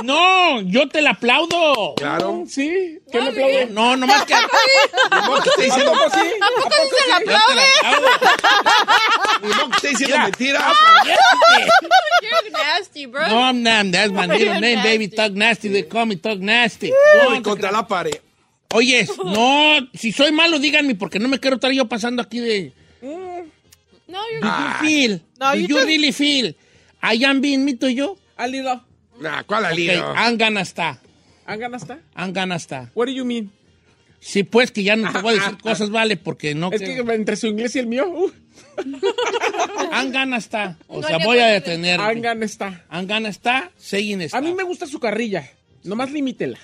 [SPEAKER 1] no, yo te la aplaudo.
[SPEAKER 5] Claro.
[SPEAKER 2] Sí, ¿qué le
[SPEAKER 1] Eh,
[SPEAKER 2] aplaudo?
[SPEAKER 1] No, nomás que.
[SPEAKER 5] No, que esté
[SPEAKER 2] ¿A
[SPEAKER 5] diciendo,
[SPEAKER 2] poco sí? ¿A poco sí?
[SPEAKER 1] Yo te la aplaudo.
[SPEAKER 5] no, que esté diciendo mentiras.
[SPEAKER 2] Ah,
[SPEAKER 1] Cállate.
[SPEAKER 3] You're nasty, bro.
[SPEAKER 1] No, I'm not. That's my little name,
[SPEAKER 3] Nasty.
[SPEAKER 1] baby. Talk nasty. They call me Talk nasty.
[SPEAKER 5] Y contra la pared.
[SPEAKER 1] Oyes, no, si soy malo, díganme, porque no me quiero estar yo pasando aquí de.
[SPEAKER 3] No, you're
[SPEAKER 1] Do you feel?
[SPEAKER 6] No,
[SPEAKER 1] do
[SPEAKER 6] you
[SPEAKER 1] you
[SPEAKER 6] just-
[SPEAKER 1] really feel? I am being me to you?
[SPEAKER 2] Al hilo.
[SPEAKER 5] Nah, ¿cuál
[SPEAKER 1] Okay,
[SPEAKER 5] alivio?
[SPEAKER 2] ah,
[SPEAKER 1] I'm gonna stop.
[SPEAKER 2] ¿Han ganado hasta?
[SPEAKER 1] I'm gonna stop.
[SPEAKER 2] What do you mean?
[SPEAKER 1] Sí, pues que ya no te voy a decir cosas, vale, porque no.
[SPEAKER 2] Es
[SPEAKER 1] creo.
[SPEAKER 2] que entre su inglés y el mío, uh,
[SPEAKER 1] I'm gonna stop. O
[SPEAKER 3] No
[SPEAKER 1] sea,
[SPEAKER 3] le
[SPEAKER 1] voy
[SPEAKER 3] voy
[SPEAKER 1] a
[SPEAKER 3] a
[SPEAKER 1] detener.
[SPEAKER 2] han ganado está.
[SPEAKER 1] I'm gonna stop, saying
[SPEAKER 2] A
[SPEAKER 1] stop.
[SPEAKER 2] mí me gusta su carrilla. Nomás limítela.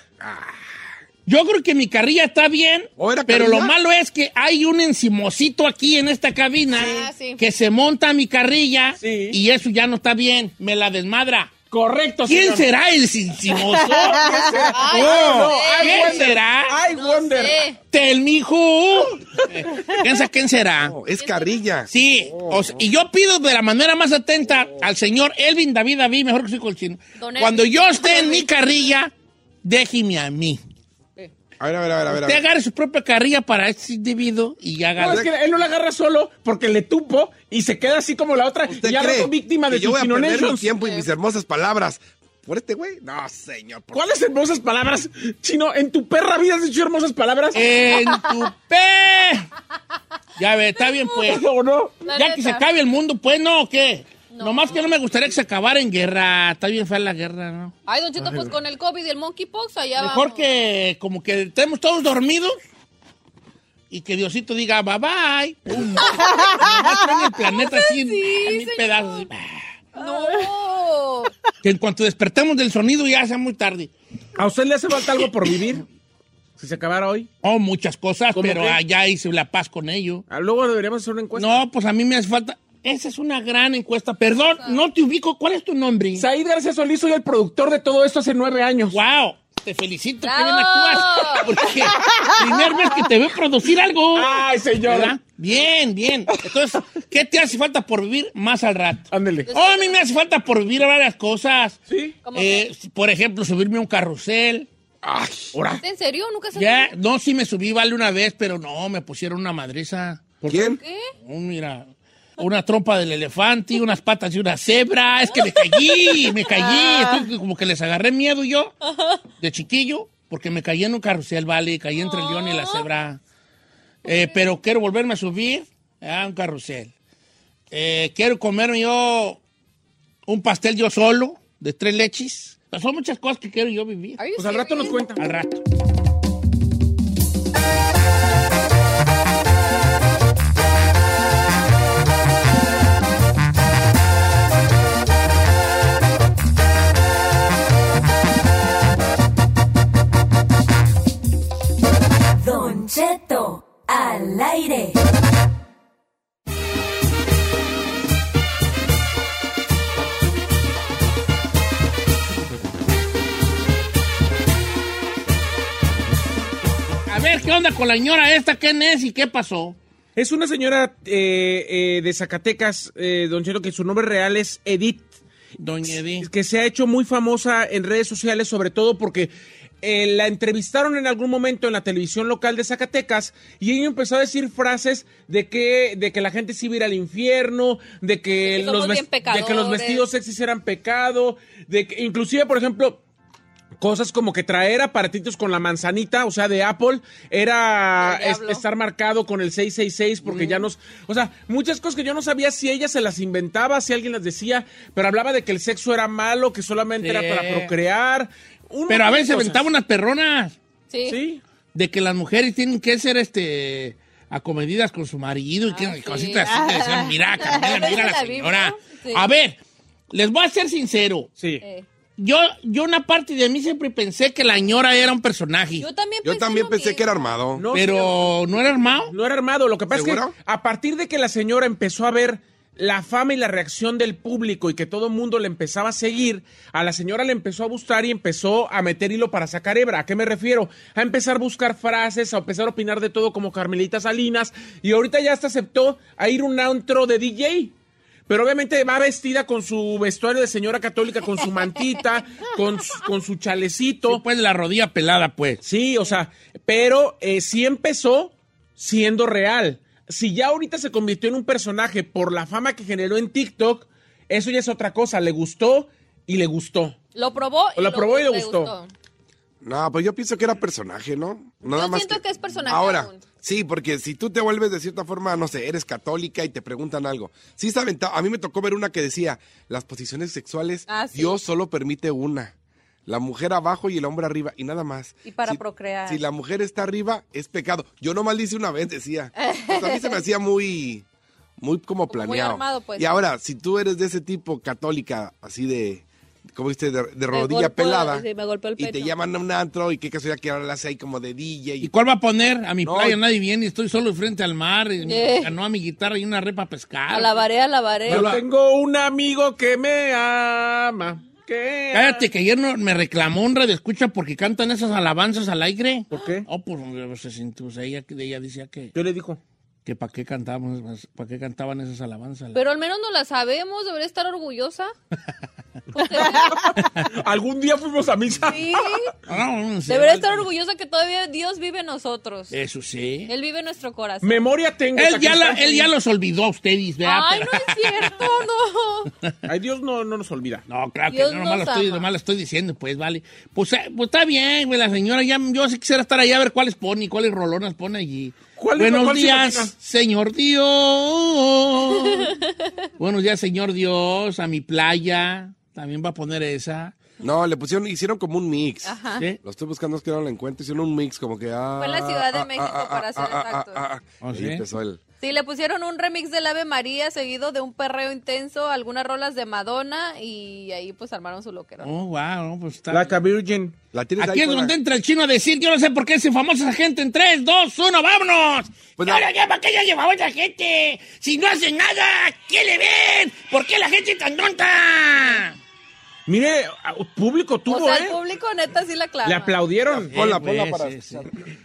[SPEAKER 1] Yo creo que mi carrilla está bien,
[SPEAKER 5] ¿O era
[SPEAKER 1] pero
[SPEAKER 5] carrilla?
[SPEAKER 1] lo malo es que hay un encimosito aquí en esta cabina
[SPEAKER 3] Ah, sí.
[SPEAKER 1] que se monta mi carrilla
[SPEAKER 2] Sí.
[SPEAKER 1] y eso ya no está bien, me la desmadra.
[SPEAKER 2] Correcto,
[SPEAKER 1] ¿Quién
[SPEAKER 2] señor.
[SPEAKER 1] será el encimoso?
[SPEAKER 3] Ay,
[SPEAKER 2] No,
[SPEAKER 3] no sé.
[SPEAKER 2] I
[SPEAKER 1] ¿Quién
[SPEAKER 2] wonder.
[SPEAKER 1] será?
[SPEAKER 2] I
[SPEAKER 3] No
[SPEAKER 2] wonder.
[SPEAKER 3] sé.
[SPEAKER 1] Tell me who. Eh, Piensa quién será.
[SPEAKER 5] No, es carrilla.
[SPEAKER 1] Sí, o sea, y yo pido de la manera más atenta al señor Elvin David David, mejor que soy colchino.
[SPEAKER 3] Don Elvin.
[SPEAKER 1] Cuando yo esté en mi carrilla, déjeme a mí.
[SPEAKER 5] A ver, a ver, a ver, a ver. a
[SPEAKER 1] Usted
[SPEAKER 5] ver.
[SPEAKER 1] agarre su propia carrilla para este individuo y ya
[SPEAKER 2] No,
[SPEAKER 1] haga.
[SPEAKER 2] es que él no la agarra solo porque le tupo y se queda así como la otra
[SPEAKER 5] ¿Usted
[SPEAKER 2] y ahora
[SPEAKER 5] cree
[SPEAKER 2] es víctima de
[SPEAKER 5] que yo voy
[SPEAKER 2] sus
[SPEAKER 5] a perder mi
[SPEAKER 2] sinonations.
[SPEAKER 5] tiempo y mis hermosas palabras por este güey? No, señor. por-
[SPEAKER 2] ¿Cuáles hermosas palabras? Chino, en tu perra vida has dicho hermosas palabras.
[SPEAKER 1] En tu pe. Ya ve, está bien pues.
[SPEAKER 2] ¿O no?
[SPEAKER 3] La
[SPEAKER 1] Ya que se
[SPEAKER 3] neta.
[SPEAKER 1] acabe el mundo, pues no, ¿o qué? Nomás que no me gustaría que se acabara en guerra. Está bien fea la guerra, ¿no?
[SPEAKER 3] Ay, Don Cheto, pues con el COVID y el monkeypox allá
[SPEAKER 1] Mejor
[SPEAKER 3] vamos.
[SPEAKER 1] que como que estemos todos dormidos y que Diosito diga bye bye. Pum. Nomás traen el planeta así en-
[SPEAKER 3] sí,
[SPEAKER 1] en mil
[SPEAKER 3] señor.
[SPEAKER 1] pedazos.
[SPEAKER 3] No.
[SPEAKER 1] Que en cuanto despertemos del sonido ya sea muy tarde.
[SPEAKER 2] ¿A usted le hace falta algo por vivir? Si se acabara hoy.
[SPEAKER 1] Oh, muchas cosas,
[SPEAKER 2] ¿Cómo
[SPEAKER 1] pero
[SPEAKER 2] qué?
[SPEAKER 1] allá hice la paz con ello.
[SPEAKER 2] Ah, Luego deberíamos hacer una encuesta.
[SPEAKER 1] No, pues a mí me hace falta. Esa es una gran encuesta. Perdón, no te ubico. ¿Cuál es tu nombre?
[SPEAKER 2] Said García Solís, soy el productor de todo esto hace nueve años.
[SPEAKER 1] ¡Wow! Te felicito, qué bien
[SPEAKER 3] ¡Bravo!
[SPEAKER 1] actúas. Porque primera vez que te veo producir algo.
[SPEAKER 2] Ay,
[SPEAKER 1] ¿Verdad?
[SPEAKER 2] señora.
[SPEAKER 1] Bien, bien. Entonces, ¿qué te hace falta por vivir más al rato?
[SPEAKER 2] Ándele.
[SPEAKER 1] Oh, a mí me hace falta por vivir varias cosas.
[SPEAKER 2] Sí.
[SPEAKER 3] ¿Cómo
[SPEAKER 1] Eh, por ejemplo, subirme a un carrusel.
[SPEAKER 5] Ay,
[SPEAKER 2] Ahora.
[SPEAKER 3] ¿En serio? ¿Nunca se
[SPEAKER 1] Ya, no, sí me subí, vale, una vez, pero no, me pusieron una madriza.
[SPEAKER 5] ¿Quién?
[SPEAKER 2] pues
[SPEAKER 3] ¿Qué?
[SPEAKER 1] Un, mira, una trompa del elefante, unas patas de una cebra. Es que me caí, me caí. Estoy como que les agarré miedo yo, de chiquillo, porque me caí en un carrusel, vale, caí entre el león y la cebra. Eh, pero quiero volverme a subir a un carrusel. Eh, quiero comerme yo un pastel yo solo, de tres leches. Son muchas cosas que quiero yo vivir.
[SPEAKER 3] Are you
[SPEAKER 2] Pues al rato nos
[SPEAKER 3] serious?
[SPEAKER 2] cuenta.
[SPEAKER 1] Al rato.
[SPEAKER 7] Don Cheto al aire.
[SPEAKER 1] A ver, ¿qué onda con la señora esta? ¿Quién es y qué pasó?
[SPEAKER 2] Es una señora eh, eh, de Zacatecas, eh, don Chelo, que su nombre real es Edith.
[SPEAKER 1] Doña Edith.
[SPEAKER 2] que se ha hecho muy famosa en redes sociales, sobre todo porque eh, la entrevistaron en algún momento en la televisión local de Zacatecas y ella empezó a decir frases de que, de que la gente se iba a ir al infierno, de que,
[SPEAKER 3] De que
[SPEAKER 2] los,
[SPEAKER 3] somos bien
[SPEAKER 2] ves- de que los
[SPEAKER 3] pecadores.
[SPEAKER 2] vestidos sexys eran pecado, de que inclusive, por ejemplo, Cosas como que traer aparatitos con la manzanita, o sea, de Apple, era
[SPEAKER 3] Del
[SPEAKER 2] es-
[SPEAKER 3] diablo.
[SPEAKER 2] estar marcado con el 666 porque ya nos... O sea, muchas cosas que yo no sabía si ella se las inventaba, si alguien las decía, pero hablaba de que el sexo era malo, que solamente
[SPEAKER 1] Sí.
[SPEAKER 2] era para procrear. un
[SPEAKER 1] Pero a
[SPEAKER 2] montón de
[SPEAKER 1] veces
[SPEAKER 2] cosas.
[SPEAKER 1] aventaba unas perronas
[SPEAKER 3] Sí.
[SPEAKER 2] Sí,
[SPEAKER 1] de que las mujeres tienen que ser este acomedidas con su marido y que
[SPEAKER 3] Ah, sí.
[SPEAKER 1] cositas así. que decían, mira, mira, mira
[SPEAKER 3] ¿Esa es
[SPEAKER 1] la
[SPEAKER 3] la
[SPEAKER 1] señora.
[SPEAKER 3] Biblia? Sí.
[SPEAKER 1] A ver, les voy a ser sincero.
[SPEAKER 2] sí.
[SPEAKER 3] Eh,
[SPEAKER 1] Yo, yo una parte de mí siempre pensé que la ñora era un personaje,
[SPEAKER 3] Yo también
[SPEAKER 5] Yo
[SPEAKER 3] pensé
[SPEAKER 5] también
[SPEAKER 3] lo
[SPEAKER 5] pensé que era
[SPEAKER 3] mismo.
[SPEAKER 5] armado.
[SPEAKER 2] No,
[SPEAKER 1] pero no era armado.
[SPEAKER 2] No era armado. Lo que pasa
[SPEAKER 5] ¿Seguro?
[SPEAKER 2] es que a partir de que la señora empezó a ver la fama y la reacción del público y que todo el mundo le empezaba a seguir, a la señora le empezó a gustar y empezó a meter hilo para sacar hebra. ¿A qué me refiero? A empezar a buscar frases, a empezar a opinar de todo como Carmelita Salinas y ahorita ya hasta aceptó a ir a un antro de DJ. Pero obviamente va vestida con su vestuario de señora católica, con su mantita, con su, con su chalecito.
[SPEAKER 1] Sí, pues la rodilla pelada, pues.
[SPEAKER 2] Sí, o sea, pero eh, sí empezó siendo real. Si ya ahorita se convirtió en un personaje por la fama que generó en TikTok, eso ya es otra cosa. Le gustó y le gustó.
[SPEAKER 3] Lo probó
[SPEAKER 5] Pues
[SPEAKER 2] Lo probó y le
[SPEAKER 3] le
[SPEAKER 2] gustó.
[SPEAKER 5] No, pues yo pienso que era personaje, ¿no? Nada
[SPEAKER 3] Yo
[SPEAKER 5] más
[SPEAKER 3] siento que es personaje
[SPEAKER 5] Ahora,
[SPEAKER 3] aún.
[SPEAKER 5] sí, porque si tú te vuelves de cierta forma, no sé, eres católica y te preguntan algo. Sí, está aventado. A mí me tocó ver una que decía, las posiciones sexuales,
[SPEAKER 3] Ah, sí.
[SPEAKER 5] Dios solo permite una. La mujer abajo y el hombre arriba, y nada más.
[SPEAKER 3] Y para procrear.
[SPEAKER 5] Si la mujer está arriba, es pecado. Yo nomás le hice una vez, decía. Pues a mí se me hacía muy, muy como
[SPEAKER 3] Como muy
[SPEAKER 5] planeado.
[SPEAKER 3] armado, pues.
[SPEAKER 5] Y ahora, si tú eres de ese tipo católica, así de, como viste, de, de rodilla
[SPEAKER 3] golpeó-
[SPEAKER 5] pelada.
[SPEAKER 3] sí, me golpeó el
[SPEAKER 5] Y te
[SPEAKER 3] pecho.
[SPEAKER 5] llaman a un antro y qué casualidad que ahora la hace ahí como de DJ.
[SPEAKER 1] ¿Y
[SPEAKER 5] Y,
[SPEAKER 1] cuál va a poner? A mi
[SPEAKER 5] No.
[SPEAKER 1] playa nadie viene, estoy solo frente al mar, y
[SPEAKER 3] Eh.
[SPEAKER 1] ganó a mi guitarra y una repa pescar.
[SPEAKER 3] Alabaré,
[SPEAKER 1] Eh,
[SPEAKER 3] alabaré.
[SPEAKER 2] Yo tengo un amigo que me ama. Que
[SPEAKER 1] Cállate, que ayer no- me reclamó un radio escucha porque cantan esas alabanzas al aire.
[SPEAKER 2] ¿Por qué?
[SPEAKER 1] Oh, pues se sintió, o sea, ella, ella decía que,
[SPEAKER 2] Yo le dijo.
[SPEAKER 1] que para qué cantábamos, para qué cantaban esas alabanzas.
[SPEAKER 3] Pero al menos no la sabemos, debería estar orgullosa. Pues Porque
[SPEAKER 2] Algún día fuimos a misa.
[SPEAKER 3] sí,
[SPEAKER 1] Ah, no sé.
[SPEAKER 3] debería estar orgullosa que todavía Dios vive en nosotros.
[SPEAKER 1] Eso sí.
[SPEAKER 3] Él vive en nuestro corazón.
[SPEAKER 2] Memoria tengo.
[SPEAKER 1] Él ya, la-
[SPEAKER 2] sacristán.
[SPEAKER 1] él ya los olvidó a ustedes, ¿verdad?
[SPEAKER 3] Ay,
[SPEAKER 1] Pero-
[SPEAKER 3] no es cierto, no.
[SPEAKER 2] Ay, Dios no, no nos olvida.
[SPEAKER 1] No, claro
[SPEAKER 3] Dios
[SPEAKER 1] que no, nomás lo,
[SPEAKER 3] nos
[SPEAKER 1] estoy,
[SPEAKER 3] ama.
[SPEAKER 1] nomás lo estoy diciendo, pues, vale. Pues, eh, pues, está bien, güey, la señora, ya, yo sí quisiera estar allá a ver cuáles pone y cuáles rolonas pone allí.
[SPEAKER 2] ¿Cuál es la-
[SPEAKER 1] Buenos
[SPEAKER 2] cuál se
[SPEAKER 1] días,
[SPEAKER 2] imagina?
[SPEAKER 1] señor Dios. Buenos días, señor Dios, a mi playa. También va a poner esa. ¿eh?
[SPEAKER 5] no, le pusieron, hicieron como un mix.
[SPEAKER 1] ¿Sí?
[SPEAKER 5] Lo estoy buscando, es que no lo encuentro. Hicieron un mix como que. ah,
[SPEAKER 3] Fue en la Ciudad de
[SPEAKER 5] ah,
[SPEAKER 3] México,
[SPEAKER 5] ah,
[SPEAKER 3] para
[SPEAKER 5] ah,
[SPEAKER 3] ser
[SPEAKER 5] ah, ah,
[SPEAKER 3] exactos.
[SPEAKER 5] ah, ah, ah.
[SPEAKER 1] ¿Ah,
[SPEAKER 5] Ahí
[SPEAKER 1] sí?
[SPEAKER 5] empezó el-
[SPEAKER 3] Sí, le pusieron un remix del Ave María seguido de un perreo intenso, algunas rolas de Madonna y ahí pues armaron su loquero.
[SPEAKER 1] Oh, wow, no, pues está.
[SPEAKER 2] Like a virgin.
[SPEAKER 5] La tienes
[SPEAKER 1] Aquí
[SPEAKER 5] ahí
[SPEAKER 1] es
[SPEAKER 5] con la-
[SPEAKER 1] donde entra el chino a decir, yo no sé por qué ese famosa gente en 3, 2, 1, vámonos.
[SPEAKER 5] Pues
[SPEAKER 1] Yo
[SPEAKER 5] no.
[SPEAKER 1] no sé por qué ya llevaba esa gente. Si no hacen nada, ¿qué le ven? ¿Por qué la gente es tan tonta?
[SPEAKER 2] Mire, a- público
[SPEAKER 3] O
[SPEAKER 2] tuvo,
[SPEAKER 3] sea, el
[SPEAKER 2] ¿eh?
[SPEAKER 3] público neta sí la clava.
[SPEAKER 2] Le aplaudieron.
[SPEAKER 5] Ponla,
[SPEAKER 1] Eh, pues,
[SPEAKER 5] ponla para.
[SPEAKER 1] sí, sí.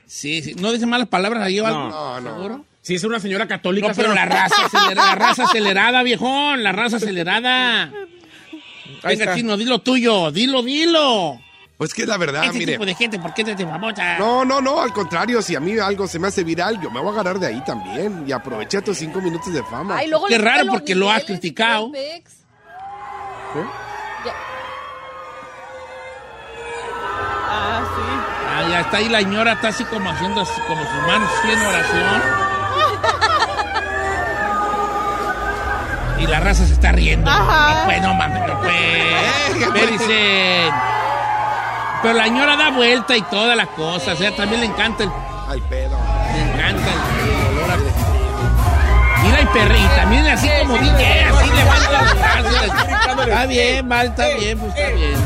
[SPEAKER 1] Sí, sí. ¿No dice malas palabras ahí o algo?
[SPEAKER 5] No, no.
[SPEAKER 1] ¿Seguro?
[SPEAKER 2] Si es una señora católica.
[SPEAKER 1] No, pero
[SPEAKER 2] señora-
[SPEAKER 1] la raza, acelerada, la raza acelerada, viejón, la raza acelerada.
[SPEAKER 2] Ahí
[SPEAKER 1] Venga,
[SPEAKER 2] está.
[SPEAKER 1] chino, dilo tuyo, dilo, dilo.
[SPEAKER 5] Pues que es la verdad,
[SPEAKER 1] Ese
[SPEAKER 5] mire.
[SPEAKER 1] tipo de gente, ¿por qué te famosa?
[SPEAKER 5] No, no, no, al contrario, si a mí algo se me hace viral, yo me voy a agarrar de ahí también. Y aproveché tus cinco minutos de fama.
[SPEAKER 3] Ay, luego le
[SPEAKER 1] Qué raro
[SPEAKER 3] quita los
[SPEAKER 1] porque lo has
[SPEAKER 3] niveles y
[SPEAKER 1] criticado.
[SPEAKER 3] todo el mix.
[SPEAKER 6] Ah,
[SPEAKER 1] Ah, ya está ahí la señora, está así como haciendo así, como sus manos así en oración. Y la raza se está riendo.
[SPEAKER 6] Ajá.
[SPEAKER 1] No pues, no mames, no pues. Me dicen. Pero la señora da vuelta y todas las cosas. O sea, también le encanta el
[SPEAKER 5] Ay, pedo.
[SPEAKER 1] Me encanta el olor a- Mira el perrito, también así como DJ, así levanta las brazos. Está
[SPEAKER 2] Eh,
[SPEAKER 1] bien, mal, está bien, pues está bien.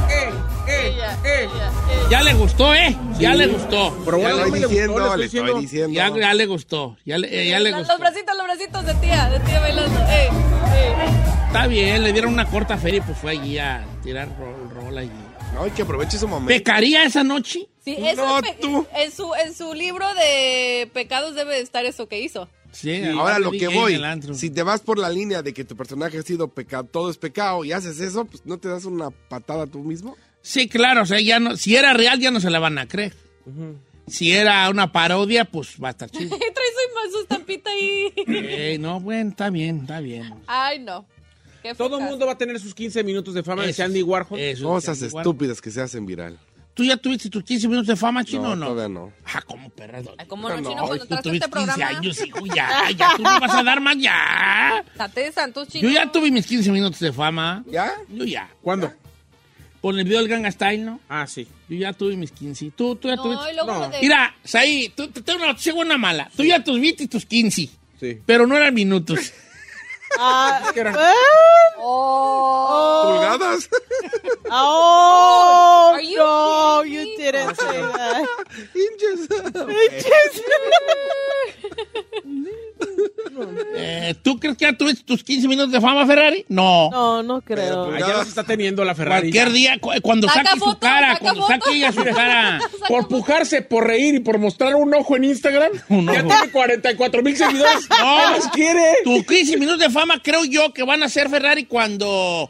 [SPEAKER 3] Ella, ella, ella.
[SPEAKER 1] Ya le gustó, ¿eh? Ya le gustó.
[SPEAKER 2] Pero
[SPEAKER 5] Ya
[SPEAKER 2] bueno,
[SPEAKER 5] le
[SPEAKER 2] no
[SPEAKER 5] estoy
[SPEAKER 2] me le gustó,
[SPEAKER 5] diciendo,
[SPEAKER 2] le
[SPEAKER 5] le
[SPEAKER 2] estoy
[SPEAKER 5] estoy
[SPEAKER 2] diciendo.
[SPEAKER 5] diciendo.
[SPEAKER 1] Ya, ya le gustó, ya le, eh, ya le
[SPEAKER 3] Los
[SPEAKER 1] gustó.
[SPEAKER 3] bracitos, los bracitos de tía, de tía bailando. Ey, ey.
[SPEAKER 1] Está bien, le dieron una corta feria y pues fue allí a tirar rol, rol allí.
[SPEAKER 5] No, y que aproveche su momento.
[SPEAKER 1] ¿Pecaría esa noche?
[SPEAKER 3] Sí, eso
[SPEAKER 5] No,
[SPEAKER 3] es pe-
[SPEAKER 5] tú.
[SPEAKER 3] En, su, en su libro de pecados debe de estar eso que hizo.
[SPEAKER 1] Sí,
[SPEAKER 5] Ahora lo
[SPEAKER 1] DJ
[SPEAKER 5] que
[SPEAKER 1] en
[SPEAKER 5] voy,
[SPEAKER 1] el antro.
[SPEAKER 5] si te vas por la línea de que tu personaje ha sido pecado, todo es pecado y haces eso, pues no te das una patada tú mismo.
[SPEAKER 1] Sí, claro, o sea, ya no, si era real ya no se la van a creer. Si era una parodia, pues va a estar chido.
[SPEAKER 3] Traes su- más su estampita ahí.
[SPEAKER 1] Ey, no, bueno, está bien, está bien.
[SPEAKER 3] Ay, no. Qué
[SPEAKER 2] Todo el
[SPEAKER 3] fracaso.
[SPEAKER 2] mundo va a tener sus 15 minutos de fama de
[SPEAKER 1] Eso
[SPEAKER 2] Andy Warhol.
[SPEAKER 1] Eso,
[SPEAKER 5] Cosas
[SPEAKER 1] sí, igual.
[SPEAKER 5] estúpidas que se hacen viral.
[SPEAKER 1] ¿Tú ya tuviste tus 15 minutos de fama, chino, o
[SPEAKER 5] No,
[SPEAKER 1] no?
[SPEAKER 5] todavía no.
[SPEAKER 1] Ah, ¿cómo, perra? ¿Dónde?
[SPEAKER 3] Ay, ¿Cómo no,
[SPEAKER 5] No,
[SPEAKER 3] chino? Cuando entraste
[SPEAKER 1] Tú
[SPEAKER 3] a
[SPEAKER 1] tuviste
[SPEAKER 3] este
[SPEAKER 1] 15
[SPEAKER 3] programa.
[SPEAKER 1] años, hijo, ya, ya, tú no vas a dar más, ya.
[SPEAKER 3] Date de santos, chino.
[SPEAKER 1] Yo ya tuve mis 15 minutos de fama.
[SPEAKER 5] ¿Ya?
[SPEAKER 1] Yo ya.
[SPEAKER 2] ¿Cuándo?
[SPEAKER 1] Con el video del Gang Style, ¿no?
[SPEAKER 2] Ah, sí.
[SPEAKER 1] Yo ya tuve mis 15. Tú, tú ya
[SPEAKER 3] No,
[SPEAKER 1] tuviste.
[SPEAKER 3] y luego
[SPEAKER 2] No.
[SPEAKER 3] de-
[SPEAKER 1] Mira, Saí, tú te tengo una noticia buena mala. Tú ya tuviste tus 15,
[SPEAKER 2] Sí.
[SPEAKER 1] pero no eran minutos.
[SPEAKER 6] Ah,
[SPEAKER 2] ¿Qué era?
[SPEAKER 6] ah,
[SPEAKER 3] Oh.
[SPEAKER 6] oh,
[SPEAKER 5] ¿Pulgadas?
[SPEAKER 6] oh,
[SPEAKER 3] Are you
[SPEAKER 6] no,
[SPEAKER 3] kidding
[SPEAKER 6] you
[SPEAKER 3] me?
[SPEAKER 6] didn't say that.
[SPEAKER 5] Inches.
[SPEAKER 1] Eh, ¿Tú crees que ya tuviste tus 15 minutos de fama, Ferrari? No.
[SPEAKER 6] No, no creo.
[SPEAKER 2] Ah, ya los está teniendo la Ferrari.
[SPEAKER 1] Cualquier día, cu- eh, cuando
[SPEAKER 3] Saca
[SPEAKER 1] saque su
[SPEAKER 3] foto,
[SPEAKER 1] cara,
[SPEAKER 3] saca
[SPEAKER 1] cuando
[SPEAKER 3] foto.
[SPEAKER 1] saque ella su cara.
[SPEAKER 2] Por pujarse, por reír y por mostrar un ojo en Instagram,
[SPEAKER 1] Un
[SPEAKER 2] ya
[SPEAKER 1] ojo.
[SPEAKER 2] tiene 44 mil seguidores.
[SPEAKER 1] No.
[SPEAKER 2] ¿Qué más quiere?
[SPEAKER 1] Tus 15 minutos de fama creo yo que van a ser Ferrari cuando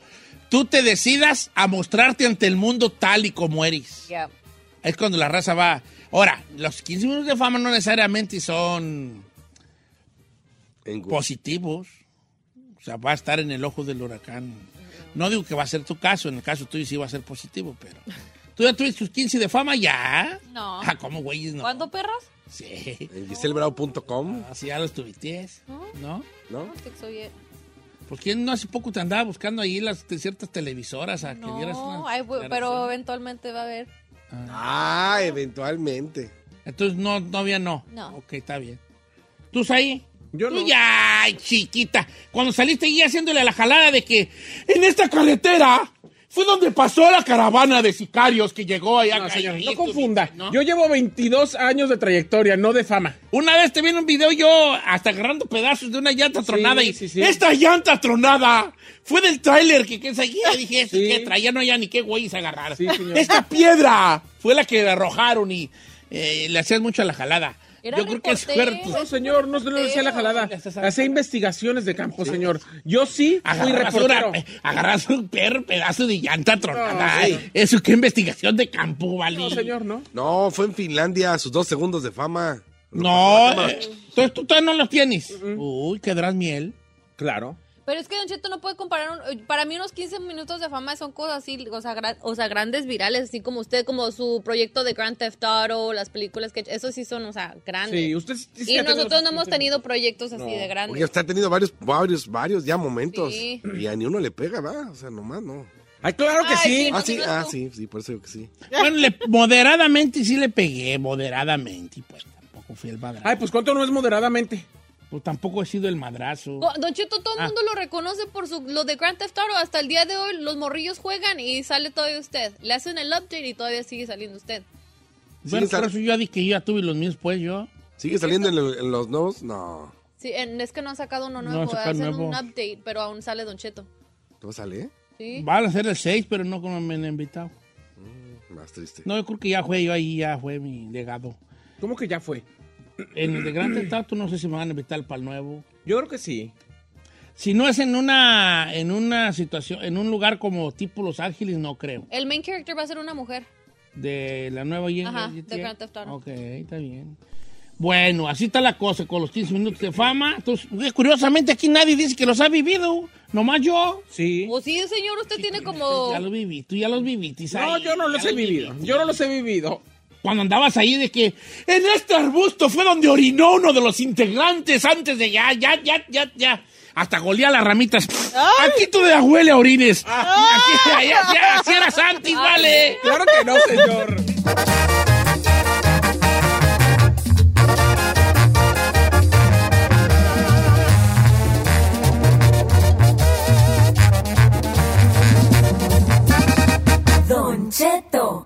[SPEAKER 1] tú te decidas a mostrarte ante el mundo tal y como eres.
[SPEAKER 3] Ya.
[SPEAKER 1] Es cuando la raza va. Ahora, los 15 minutos de fama no necesariamente son
[SPEAKER 5] En gu-
[SPEAKER 1] Pues positivos. O sea, va a estar en el ojo del huracán. No digo que va a ser tu caso, en el caso tuyo sí va a ser positivo, pero. ¿Tú ya tuviste tus 15 de fama ya?
[SPEAKER 3] No.
[SPEAKER 1] Ah, ¿cómo, güeyes? No.
[SPEAKER 3] ¿Cuándo, perras?
[SPEAKER 1] Sí.
[SPEAKER 5] en giselbravo.com,
[SPEAKER 1] Así ya los tuviste, ¿no?
[SPEAKER 5] ¿no?
[SPEAKER 3] Te soy-
[SPEAKER 1] Porque no hace poco te andaba buscando ahí las de ciertas televisoras a que vieras
[SPEAKER 3] No,
[SPEAKER 1] una
[SPEAKER 3] ay, bu- pero eventualmente va a haber.
[SPEAKER 5] Ah, eventualmente.
[SPEAKER 1] Entonces no, no había no.
[SPEAKER 3] No.
[SPEAKER 1] Ok, está bien. ¿Tú ahí?
[SPEAKER 2] Yo
[SPEAKER 1] Tú
[SPEAKER 2] no.
[SPEAKER 1] ya, ay, chiquita. Cuando saliste ahí haciéndole a la jalada de que en esta carretera fue donde pasó la caravana de sicarios que llegó allá.
[SPEAKER 2] No,
[SPEAKER 1] acá,
[SPEAKER 2] señor,
[SPEAKER 1] ahí,
[SPEAKER 2] no
[SPEAKER 1] tú,
[SPEAKER 2] confunda.
[SPEAKER 1] ¿no?
[SPEAKER 2] Yo llevo 22 años de trayectoria, no de fama.
[SPEAKER 1] Una vez te vi en un video yo hasta agarrando pedazos de una llanta tronada y
[SPEAKER 2] sí, sí.
[SPEAKER 1] esta llanta tronada fue del tráiler que, que seguía. Dije, "Este
[SPEAKER 2] Sí.
[SPEAKER 1] que traía no ya ni qué güeyes agarrar.
[SPEAKER 2] Sí, señor.
[SPEAKER 1] esta piedra fue la que arrojaron y eh, le hacías mucho a la jalada.
[SPEAKER 3] Era
[SPEAKER 1] yo creo que es
[SPEAKER 3] reportero.
[SPEAKER 1] fuerte.
[SPEAKER 2] No, señor, no se lo decía la jalada. Hacía investigaciones de campo, señor. Yo sí fui
[SPEAKER 1] Agarras, una,
[SPEAKER 2] reportero.
[SPEAKER 1] agarras un per- pedazo de llanta tronada.
[SPEAKER 2] No, sí.
[SPEAKER 1] Ay, Eso qué investigación de campo, ¿vale?
[SPEAKER 2] No, señor, no.
[SPEAKER 5] No, fue en Finlandia, sus dos segundos de fama.
[SPEAKER 1] No, eh, entonces tú todavía no los tienes. Uy, quedarás miel.
[SPEAKER 2] Uh-uh. Claro.
[SPEAKER 3] Pero es que Don Cheto no puede comparar. un- eh, para mí, unos 15 minutos de fama son cosas así, o sea, gran- o sea, grandes virales, así como usted, como su proyecto de Grand Theft Auto, las películas que. Eso sí son, o sea, grandes.
[SPEAKER 2] Sí, usted sí-
[SPEAKER 3] y
[SPEAKER 2] sí ha tenido-
[SPEAKER 3] nosotros no hemos tenido proyectos así de grandes.
[SPEAKER 5] Oye, usted ha tenido varios, varios, varios ya momentos.
[SPEAKER 3] Sí.
[SPEAKER 5] Y a ni uno le pega, ¿va? O sea, nomás no.
[SPEAKER 2] Ay, claro que
[SPEAKER 3] Ay,
[SPEAKER 2] sí.
[SPEAKER 3] sí,
[SPEAKER 5] Ah, sí,
[SPEAKER 3] no,
[SPEAKER 5] ah,
[SPEAKER 3] no.
[SPEAKER 5] sí, sí, por eso digo que sí.
[SPEAKER 1] Bueno, le- moderadamente sí le pegué, moderadamente. y Pues tampoco fui el madrazo.
[SPEAKER 2] Ay, pues cuánto no es moderadamente.
[SPEAKER 1] Pues tampoco he sido el madrazo.
[SPEAKER 2] Oh,
[SPEAKER 3] Co- Don Cheto, todo el
[SPEAKER 1] Ah.
[SPEAKER 3] mundo lo reconoce por su, lo de Grand Theft Auto. Hasta el día de hoy, los morrillos juegan y sale todavía usted. Le hacen el update y todavía sigue saliendo usted.
[SPEAKER 1] Bueno,
[SPEAKER 5] Sí,
[SPEAKER 1] por
[SPEAKER 5] sal-
[SPEAKER 1] eso yo dije que yo ya tuve los míos, pues yo.
[SPEAKER 5] ¿Sigue saliendo en, el- en los nuevos? No.
[SPEAKER 3] Sí, en- es que no han sacado uno
[SPEAKER 1] No
[SPEAKER 3] nuevo,
[SPEAKER 1] han sacado
[SPEAKER 3] hacen un
[SPEAKER 1] nuevo.
[SPEAKER 3] update, pero aún sale Don Cheto.
[SPEAKER 5] ¿Todo sale?
[SPEAKER 3] Sí.
[SPEAKER 1] Van a ser el 6, pero no como me han invitado.
[SPEAKER 5] Más triste.
[SPEAKER 1] No, yo creo que ya fue yo ahí, ya fue mi legado.
[SPEAKER 2] ¿Cómo que ya fue?
[SPEAKER 1] En el de Gran Tentato no sé si me van a invitar para el nuevo.
[SPEAKER 2] Yo creo que sí.
[SPEAKER 1] Si no es en una, en una situación, en un lugar como tipo Los Ángeles, no creo.
[SPEAKER 3] El main character va a ser una mujer.
[SPEAKER 1] De la nueva y
[SPEAKER 3] Ajá, de Grand Theft Auto.
[SPEAKER 1] Ok, está bien. Bueno, así está la cosa con los 15 minutos de fama. Entonces, curiosamente aquí nadie dice que los ha vivido, nomás yo.
[SPEAKER 2] Sí.
[SPEAKER 3] O sí, señor, usted tiene como...
[SPEAKER 1] Ya los viví, tú ya los viviste.
[SPEAKER 2] No,
[SPEAKER 1] ahí,
[SPEAKER 2] yo no
[SPEAKER 1] ya
[SPEAKER 2] los he vivido.
[SPEAKER 1] viviste.
[SPEAKER 2] Yo no los he vivido.
[SPEAKER 1] Cuando andabas ahí de que en este arbusto fue donde orinó uno de los integrantes antes de ya, ya, ya, ya, ya. Hasta golía las ramitas. Aquí tú de huele a orines. Aquí, ahí, así, así eras antes, vale.
[SPEAKER 2] Claro que no, señor.
[SPEAKER 7] Don Cheto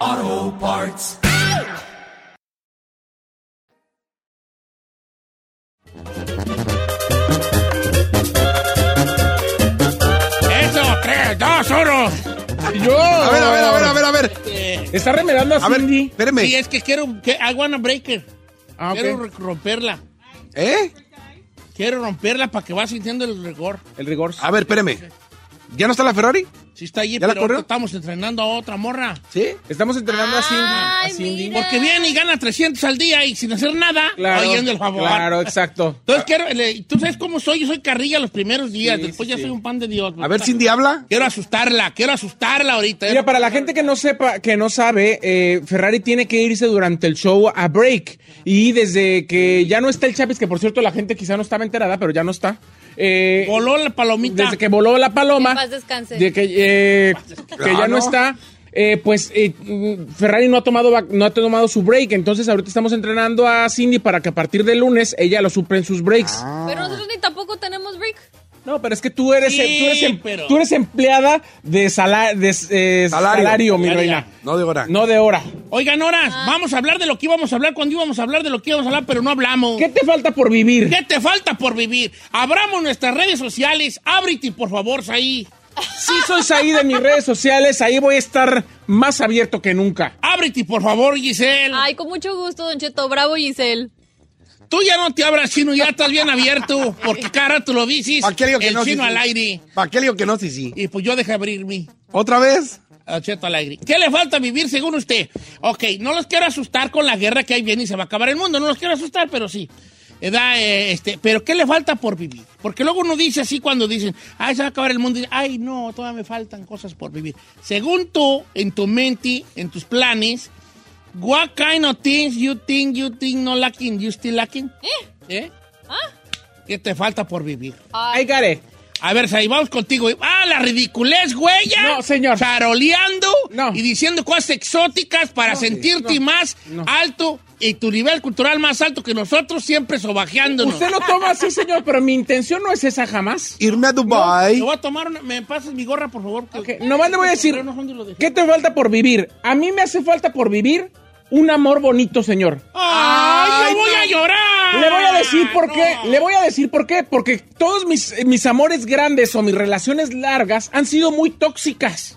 [SPEAKER 7] Auto Parts.
[SPEAKER 1] ¡Eso! ¡Tres, dos, uno! ¡Yo!
[SPEAKER 5] A ver, a ver, a ver, a ver, a ver.
[SPEAKER 2] Está remedando a,
[SPEAKER 5] A ver,
[SPEAKER 2] Cindy.
[SPEAKER 5] espérame.
[SPEAKER 1] Sí, es que quiero. Que, I wanna break her.
[SPEAKER 2] Ah, ok.
[SPEAKER 1] Quiero re- romperla.
[SPEAKER 5] ¿Eh?
[SPEAKER 1] Quiero romperla para que vaya sintiendo el rigor.
[SPEAKER 2] El rigor.
[SPEAKER 5] A ver, espérame. Ah, ¿Ya no está la Ferrari?
[SPEAKER 1] Si está allí,
[SPEAKER 5] ¿Ya la
[SPEAKER 1] pero ahorita
[SPEAKER 5] corrió?
[SPEAKER 1] estamos entrenando a otra morra.
[SPEAKER 5] ¿Sí?
[SPEAKER 2] Estamos entrenando a Cindy.
[SPEAKER 3] Ay,
[SPEAKER 2] a Cindy.
[SPEAKER 3] mira.
[SPEAKER 1] Porque viene y gana 300 al día y sin hacer nada.
[SPEAKER 2] Claro,
[SPEAKER 1] oyendo el favor.
[SPEAKER 2] claro, exacto.
[SPEAKER 1] Entonces quiero. le- Tú sabes cómo soy. Yo soy carrilla los primeros días.
[SPEAKER 2] Ah. Sí,
[SPEAKER 1] después
[SPEAKER 2] sí,
[SPEAKER 1] ya
[SPEAKER 2] sí.
[SPEAKER 1] soy un pan de Dios.
[SPEAKER 5] A ver, Cindy, habla.
[SPEAKER 1] Quiero asustarla. Quiero asustarla ahorita.
[SPEAKER 2] Mira, para la gente que no sepa, que no sabe, eh, Ferrari tiene que irse durante el show a break. Y desde que ya no está el Chapis, que por cierto la gente quizá no estaba enterada, pero ya no está. eh,
[SPEAKER 1] Voló la palomita.
[SPEAKER 2] desde que voló la paloma,
[SPEAKER 3] Que en paz descanse.
[SPEAKER 2] de que, eh, que ya
[SPEAKER 5] Ah,
[SPEAKER 2] no
[SPEAKER 5] no.
[SPEAKER 2] está, eh, pues eh, mm, Ferrari no ha tomado vac- no ha tomado su break, entonces ahorita estamos entrenando a Cindy para que a partir del lunes ella lo supre en sus breaks.
[SPEAKER 3] Pero nosotros ni tampoco tenemos break.
[SPEAKER 2] No, pero es que tú eres,
[SPEAKER 1] Ah. Sí,
[SPEAKER 2] tú eres, em-
[SPEAKER 1] pero-
[SPEAKER 2] tú eres empleada de, sala- de, eh,
[SPEAKER 5] Salario.
[SPEAKER 2] salario, mi
[SPEAKER 1] Salaria.
[SPEAKER 2] reina.
[SPEAKER 5] No de hora.
[SPEAKER 2] No de hora.
[SPEAKER 1] Oigan, horas. Vamos a hablar de lo que íbamos a hablar cuando íbamos a hablar de lo que íbamos a hablar, pero no hablamos.
[SPEAKER 2] ¿Qué te falta por vivir?
[SPEAKER 1] ¿Qué te falta por vivir? Abramos nuestras redes sociales. Ábrete, por favor, ahí.
[SPEAKER 2] Si sois ahí de mis redes sociales, ahí voy a estar más abierto que nunca.
[SPEAKER 1] Ábrete, por favor, Giselle.
[SPEAKER 3] Ay, con mucho gusto, Don Cheto. Bravo, Giselle.
[SPEAKER 1] Tú ya no te abras chino, ya estás bien abierto. Porque cara tú lo dices.
[SPEAKER 5] ¿Para qué le digo que
[SPEAKER 1] el
[SPEAKER 5] no? sí,
[SPEAKER 1] chino
[SPEAKER 5] sí?
[SPEAKER 1] al aire.
[SPEAKER 5] ¿Para qué le digo que no? Sí, sí.
[SPEAKER 1] Y pues yo dejé abrirme.
[SPEAKER 5] ¿Otra vez?
[SPEAKER 1] al Cheto al aire. ¿Qué le falta vivir según usted? Ok, no los quiero asustar con la guerra que hay bien y se va a acabar el mundo. No los quiero asustar, pero sí. Eh, da, eh, este, pero ¿qué le falta por vivir? Porque luego uno dice así cuando dicen, ay, se va a acabar el mundo. y dice, ay, no, todavía me faltan cosas por vivir. Según tú, en tu mente, en tus planes, what kind of things you think, you think no lacking, you still lacking? ¿Eh? ¿Eh? ¿Qué te falta por vivir?
[SPEAKER 2] Ay, Gare.
[SPEAKER 1] A ver, ahí vamos contigo. Ah, la ridiculez, güey. ya.
[SPEAKER 2] No, señor.
[SPEAKER 1] Charoleando
[SPEAKER 2] No.
[SPEAKER 1] y diciendo cosas exóticas para sentirte más
[SPEAKER 2] No.
[SPEAKER 1] alto y tu nivel cultural más alto que nosotros, siempre sobajeándonos.
[SPEAKER 2] Usted lo toma así, señor, pero mi intención no es esa jamás.
[SPEAKER 5] Irme a
[SPEAKER 1] Te
[SPEAKER 5] Dubai.
[SPEAKER 1] voy a tomar una. ¿Me pasas mi gorra, por favor? que-
[SPEAKER 2] No nomás le voy a decir,
[SPEAKER 1] Pero no, ¿dónde lo dejé?
[SPEAKER 2] ¿qué te falta por vivir? A mí me hace falta por vivir un amor bonito, señor.
[SPEAKER 1] ¡Ay, yo voy a llorar!
[SPEAKER 2] Le voy a decir por qué,
[SPEAKER 1] No.
[SPEAKER 2] le voy a decir por qué, porque todos mis, eh, mis amores grandes o mis relaciones largas han sido muy tóxicas.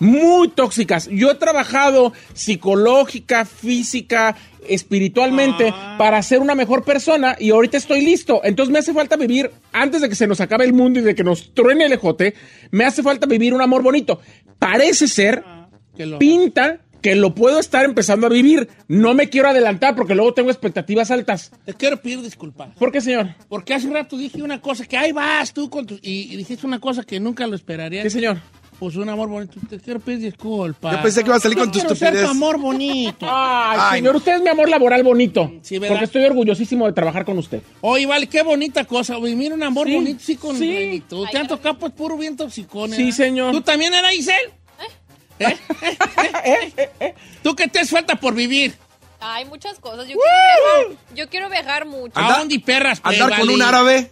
[SPEAKER 2] Muy tóxicas. Yo he trabajado psicológica, física, espiritualmente para ser una mejor persona y ahorita estoy listo. Entonces me hace falta vivir, antes de que se nos acabe el mundo y de que nos truene el ejote, me hace falta vivir un amor bonito. Parece ser,
[SPEAKER 1] Que lo-
[SPEAKER 2] pinta que lo puedo estar empezando a vivir. No me quiero adelantar porque luego tengo expectativas altas.
[SPEAKER 1] Te quiero pedir disculpas.
[SPEAKER 2] ¿Por qué, señor?
[SPEAKER 1] Porque hace rato dije una cosa que ahí vas tú con tus. Y, y dijiste una cosa que nunca lo esperaría.
[SPEAKER 2] ¿Qué, señor?
[SPEAKER 1] Pues un amor bonito. Te quiero pedir disculpas.
[SPEAKER 5] Yo pensé que iba a salir
[SPEAKER 1] Yo
[SPEAKER 5] con tu
[SPEAKER 1] quiero ser
[SPEAKER 5] estupidez.
[SPEAKER 1] tu amor bonito.
[SPEAKER 2] Ay,
[SPEAKER 5] Ay,
[SPEAKER 2] señor,
[SPEAKER 5] no.
[SPEAKER 2] usted es mi amor laboral bonito.
[SPEAKER 1] Sí, ¿verdad?
[SPEAKER 2] porque estoy orgullosísimo de trabajar con usted.
[SPEAKER 1] Oye, vale, qué bonita cosa. güey. Mira un amor
[SPEAKER 2] Sí,
[SPEAKER 1] bonito, sí, con
[SPEAKER 2] sí.
[SPEAKER 1] granitud. Te han tocado pues puro bien toxicón.
[SPEAKER 2] Sí,
[SPEAKER 1] ¿eh?
[SPEAKER 2] señor.
[SPEAKER 1] ¿Tú también eras Isel? ¿Eh? ¿Eh?
[SPEAKER 2] ¿Eh?
[SPEAKER 1] ¿Tú qué te hace falta por vivir?
[SPEAKER 3] Ay, muchas cosas. Yo, quiero, viajar, yo quiero viajar mucho.
[SPEAKER 5] Anda-
[SPEAKER 1] ¿A dónde perras? pues,
[SPEAKER 5] Andar con
[SPEAKER 1] vale?
[SPEAKER 5] un árabe.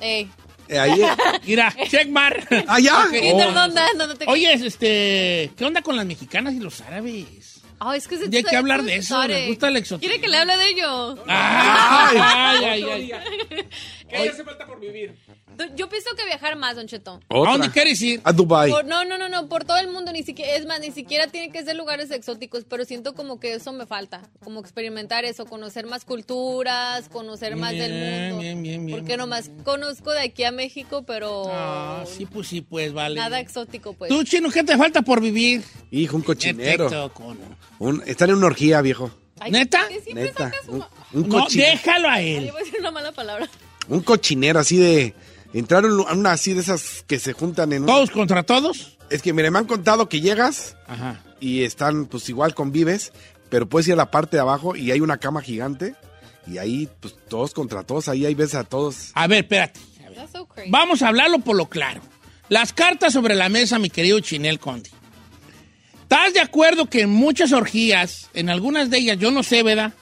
[SPEAKER 3] Ey.
[SPEAKER 5] Eh, ahí. eh.
[SPEAKER 1] Mira, checkmar.
[SPEAKER 5] Allá. Oh,
[SPEAKER 3] ¿Y tú dónde andas? ¿Dónde te-
[SPEAKER 1] Oh. Oye, este, ¿qué onda con las mexicanas y los árabes?
[SPEAKER 3] Ay, Ah, es que se
[SPEAKER 1] Ya hay que hablar de eso, me gusta el exotismo.
[SPEAKER 3] ¿Quiere que le hable de ello?
[SPEAKER 1] Ay, ay, ay, ay.
[SPEAKER 2] ¿Qué hace falta por vivir?
[SPEAKER 3] Do- Yo pienso que viajar más, Don Cheto.
[SPEAKER 1] ¿A dónde
[SPEAKER 5] Otra.
[SPEAKER 1] quieres ir?
[SPEAKER 5] A Dubai.
[SPEAKER 3] Por- no, no, no, no, por todo el mundo, ni siquiera, es más, ni siquiera tiene que ser lugares exóticos, pero siento como que eso me falta, como experimentar eso, conocer más culturas, conocer más del
[SPEAKER 1] Bien,
[SPEAKER 3] mundo.
[SPEAKER 1] bien, bien, bien,
[SPEAKER 3] Porque nomás conozco de aquí a México, pero
[SPEAKER 1] Ah, sí, pues sí, pues, vale.
[SPEAKER 3] nada exótico, pues.
[SPEAKER 1] ¿Tú, chino, qué te falta por vivir?
[SPEAKER 5] Hijo, un cochinero.
[SPEAKER 1] Perfecto, cono.
[SPEAKER 5] Un- están en una orgía, viejo.
[SPEAKER 3] Ay,
[SPEAKER 1] ¿Neta?
[SPEAKER 3] que siempre
[SPEAKER 5] Neta.
[SPEAKER 3] sacas
[SPEAKER 5] Un,
[SPEAKER 3] una-
[SPEAKER 5] un
[SPEAKER 1] No,
[SPEAKER 5] cochinero.
[SPEAKER 1] déjalo a
[SPEAKER 3] Ay,
[SPEAKER 1] él.
[SPEAKER 3] iba a decir una mala palabra.
[SPEAKER 5] Un cochinero así de. Entrar a un- a una así de esas que se juntan en. un-
[SPEAKER 1] ¿Todos contra todos?
[SPEAKER 5] Es que, mire, me han contado que llegas
[SPEAKER 1] Ajá.
[SPEAKER 5] y están, pues igual convives, pero puedes ir a la parte de abajo y hay una cama gigante y ahí, pues todos contra todos, ahí hay ves a todos.
[SPEAKER 1] A ver, espérate.
[SPEAKER 3] That's so crazy.
[SPEAKER 1] Vamos a hablarlo por lo claro. Las cartas sobre la mesa, mi querido Chinel Conde. ¿Estás de acuerdo que en muchas orgías, en algunas de ellas, yo no sé, ¿verdad?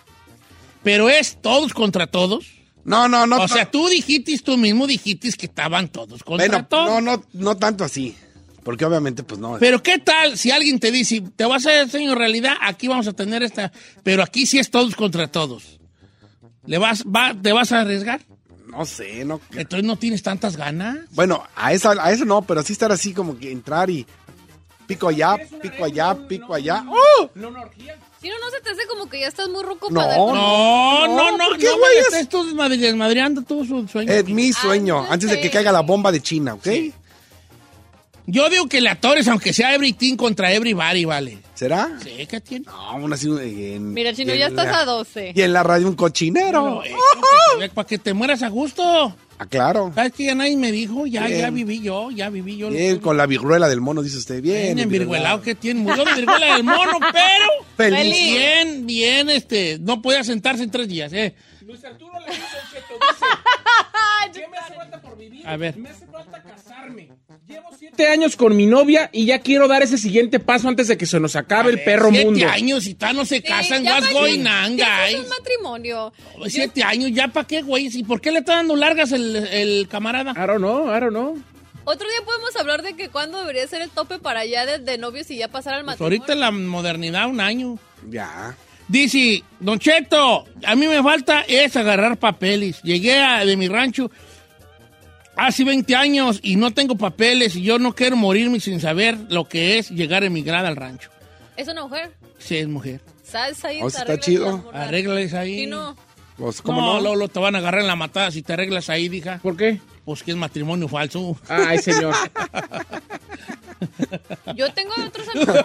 [SPEAKER 1] Pero es todos contra todos.
[SPEAKER 5] No, no, no.
[SPEAKER 1] O sea, tú dijiste, tú mismo dijiste que estaban todos contra
[SPEAKER 5] Bueno,
[SPEAKER 1] todos.
[SPEAKER 5] no, no, no tanto así. Porque obviamente, pues no.
[SPEAKER 1] Pero qué tal si alguien te dice, te vas a hacer en realidad, aquí vamos a tener esta, pero aquí sí es todos contra todos. ¿Le vas, va- ¿Te vas a arriesgar?
[SPEAKER 5] No sé, no.
[SPEAKER 1] Entonces no tienes tantas ganas.
[SPEAKER 5] Bueno, a, esa, a eso no, pero sí estar así como que entrar y pico allá, pico allá, pico allá. ¡Oh!
[SPEAKER 2] No, no,
[SPEAKER 3] Si no, no se te hace como que ya estás muy ruco
[SPEAKER 5] No,
[SPEAKER 3] para...
[SPEAKER 5] no,
[SPEAKER 1] No, no, no,
[SPEAKER 5] ¿por qué,
[SPEAKER 1] no me
[SPEAKER 5] güey?
[SPEAKER 1] la estés tú desmadre- desmadreando todo su sueño.
[SPEAKER 5] Es mi sueño, antes de que caiga la bomba de China, ¿ok?
[SPEAKER 1] Yo digo que le atores, aunque sea everything contra everybody, vale.
[SPEAKER 5] ¿Será?
[SPEAKER 1] Sí, ¿qué tiene?
[SPEAKER 5] No, aún así. eh, en-
[SPEAKER 3] Mira, Chino,
[SPEAKER 5] en
[SPEAKER 3] ya estás
[SPEAKER 5] la-
[SPEAKER 3] a eh. 12.
[SPEAKER 5] Y en la radio un cochinero.
[SPEAKER 1] Para eh, que te mueras a gusto.
[SPEAKER 5] Ah, claro.
[SPEAKER 1] ¿Sabes que ya nadie me dijo? Ya,
[SPEAKER 5] Bien.
[SPEAKER 1] ya viví yo, ya viví yo. lo
[SPEAKER 5] Bien,
[SPEAKER 1] que-
[SPEAKER 5] Eh, con la viruela del mono, dice usted. Bien.
[SPEAKER 1] Bien envirguelado
[SPEAKER 5] envirguelado.
[SPEAKER 1] que tiene. Murió de virguela del mono, pero.
[SPEAKER 5] Feliz. Feliz.
[SPEAKER 1] Bien, bien, este. No podía sentarse en tres días, ¿eh?
[SPEAKER 2] Luis Arturo le dice, ¿qué me hace falta por vivir?
[SPEAKER 1] A ver.
[SPEAKER 2] Me hace falta casarme. Llevo siete años con mi novia y ya quiero dar ese siguiente paso antes de que se nos acabe el perro
[SPEAKER 1] siete
[SPEAKER 2] mundo.
[SPEAKER 1] años y tal no se casan.
[SPEAKER 3] ya
[SPEAKER 1] What's
[SPEAKER 3] pa'
[SPEAKER 1] going
[SPEAKER 3] qué
[SPEAKER 1] on,
[SPEAKER 3] tienes
[SPEAKER 1] guys?
[SPEAKER 3] un matrimonio.
[SPEAKER 1] Siete años, ¿ya para qué, güey? ¿Y por qué le está dando largas el, el camarada?
[SPEAKER 2] I don't know, I don't know.
[SPEAKER 3] Otro día podemos hablar de que cuándo debería ser el tope para ya de, de novios y ya pasar al
[SPEAKER 1] Pues
[SPEAKER 3] matrimonio.
[SPEAKER 1] ahorita la modernidad, un año.
[SPEAKER 5] Ya.
[SPEAKER 1] Dice, Don Cheto, a mí me falta es agarrar papeles. Llegué a- de mi rancho hace 20 años y no tengo papeles y yo no quiero morirme sin saber lo que es llegar emigrada al rancho.
[SPEAKER 3] Es una mujer.
[SPEAKER 1] Si es mujer.
[SPEAKER 3] ¿Sabes? Ahí
[SPEAKER 5] Oh,
[SPEAKER 3] te
[SPEAKER 5] está
[SPEAKER 3] arreglas
[SPEAKER 5] chido.
[SPEAKER 3] las morras.
[SPEAKER 1] Arréglales ahí.
[SPEAKER 3] Sí, no.
[SPEAKER 5] Pues, ¿cómo
[SPEAKER 1] No,
[SPEAKER 5] no?
[SPEAKER 1] Lolo, te van a agarrar en la matada si te arreglas ahí, dija.
[SPEAKER 2] ¿Por qué?
[SPEAKER 1] Pues que es matrimonio falso.
[SPEAKER 2] Ay, señor.
[SPEAKER 3] Yo tengo otros amigos.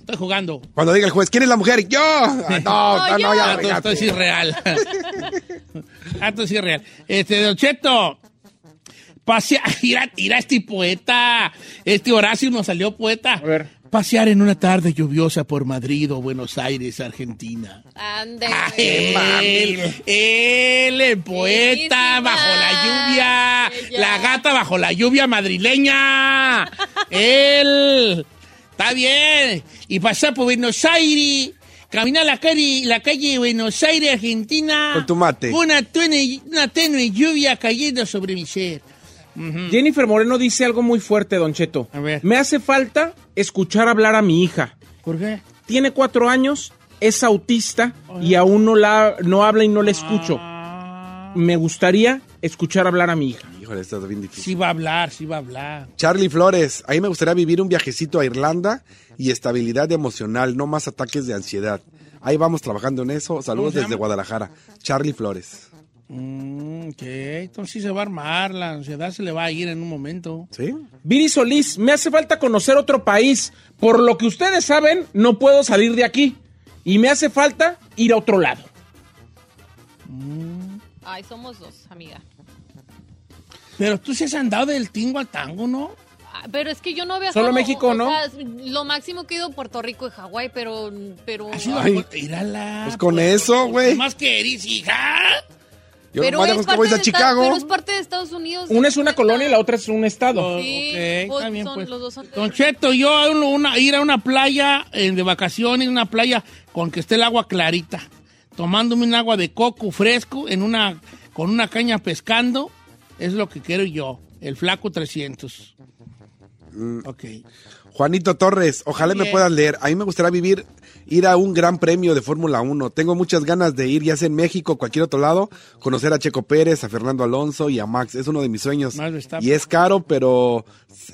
[SPEAKER 1] Estoy jugando.
[SPEAKER 5] Cuando diga el juez, ¿quién es la mujer? ¡Yo! Ah, No, no, no, ya.
[SPEAKER 1] Ah, tú- esto
[SPEAKER 5] regate.
[SPEAKER 1] es irreal. Ah, esto es irreal. Este, Don Cheto. Pasear. Mira, mira este poeta. Este Horacio nos salió poeta.
[SPEAKER 2] A ver.
[SPEAKER 1] Pasear en una tarde lluviosa por Madrid o Buenos Aires, Argentina.
[SPEAKER 3] Ande.
[SPEAKER 1] Él, él, el
[SPEAKER 3] Bellísima.
[SPEAKER 1] poeta bajo la lluvia,
[SPEAKER 3] Ella.
[SPEAKER 1] la gata bajo la lluvia madrileña. él, está bien. Y pasar por Buenos Aires, caminar la calle, la calle de Buenos Aires, Argentina.
[SPEAKER 5] Con tu mate.
[SPEAKER 1] Una tenue, una tenue lluvia cayendo sobre mi ser.
[SPEAKER 2] Jennifer Moreno dice algo muy fuerte, Don Cheto.
[SPEAKER 1] A ver.
[SPEAKER 2] Me hace falta escuchar hablar a mi hija.
[SPEAKER 1] ¿Por qué?
[SPEAKER 2] Tiene cuatro años, es autista y aún no, la, no habla y no la escucho. Me gustaría escuchar hablar a mi hija.
[SPEAKER 5] Híjole, esto es bien difícil.
[SPEAKER 1] Sí va a hablar, sí va a hablar.
[SPEAKER 5] Charlie Flores, ahí me gustaría vivir un viajecito a Irlanda y estabilidad emocional, no más ataques de ansiedad. Ahí vamos trabajando en eso. Saludos
[SPEAKER 1] se
[SPEAKER 5] desde
[SPEAKER 1] llama?
[SPEAKER 5] Guadalajara. Charlie Flores.
[SPEAKER 1] Mm, ok, entonces sí se va a armar, la ansiedad se le va a ir en un momento.
[SPEAKER 5] ¿Sí?
[SPEAKER 2] Viri Solís, me hace falta conocer otro país. Por lo que ustedes saben, no puedo salir de aquí. Y me hace falta ir a otro lado.
[SPEAKER 3] Ay, somos dos, amiga.
[SPEAKER 1] Pero tú sí has andado del tingo al tango, ¿no?
[SPEAKER 3] Ah, Pero es que yo no he viajado.
[SPEAKER 2] Solo México,
[SPEAKER 3] o
[SPEAKER 2] ¿no?
[SPEAKER 3] sea, lo máximo que he ido a Puerto Rico y Hawái, pero. pero
[SPEAKER 1] Ha sido
[SPEAKER 5] Ay.
[SPEAKER 1] a- Mírala.
[SPEAKER 5] Pues con eso,
[SPEAKER 1] ¿Qué
[SPEAKER 5] güey.
[SPEAKER 1] Ah, más querís, hija?
[SPEAKER 5] Yo
[SPEAKER 3] pero
[SPEAKER 5] nomás
[SPEAKER 3] es
[SPEAKER 5] dejo este que
[SPEAKER 3] parte
[SPEAKER 5] voy
[SPEAKER 3] de
[SPEAKER 5] a
[SPEAKER 3] esta-
[SPEAKER 5] Chicago.
[SPEAKER 3] Pero es parte de Estados Unidos.
[SPEAKER 2] Una es una colonia y la otra es un
[SPEAKER 1] Oh.
[SPEAKER 2] estado.
[SPEAKER 3] Sí,
[SPEAKER 1] Ok,
[SPEAKER 3] pues,
[SPEAKER 1] está bien,
[SPEAKER 3] son-
[SPEAKER 1] pues.
[SPEAKER 3] los dos son-
[SPEAKER 1] Don Cheto, yo a uno- una- ir a una playa eh, de vacaciones, una playa con que esté el agua clarita, tomándome un agua de coco fresco en una, con una caña pescando, es lo que quiero yo, el flaco 300.
[SPEAKER 5] Mm.
[SPEAKER 1] Ok.
[SPEAKER 5] Juanito Torres, ojalá me
[SPEAKER 1] Bien.
[SPEAKER 5] puedas leer. A mí me gustaría vivir, ir a un gran premio de Fórmula 1. Tengo muchas ganas de ir, ya sea en México o cualquier otro lado, conocer a Checo Pérez, a Fernando Alonso y a Max. Es uno de mis sueños.
[SPEAKER 1] Max Verstappen.
[SPEAKER 5] Y es caro, pero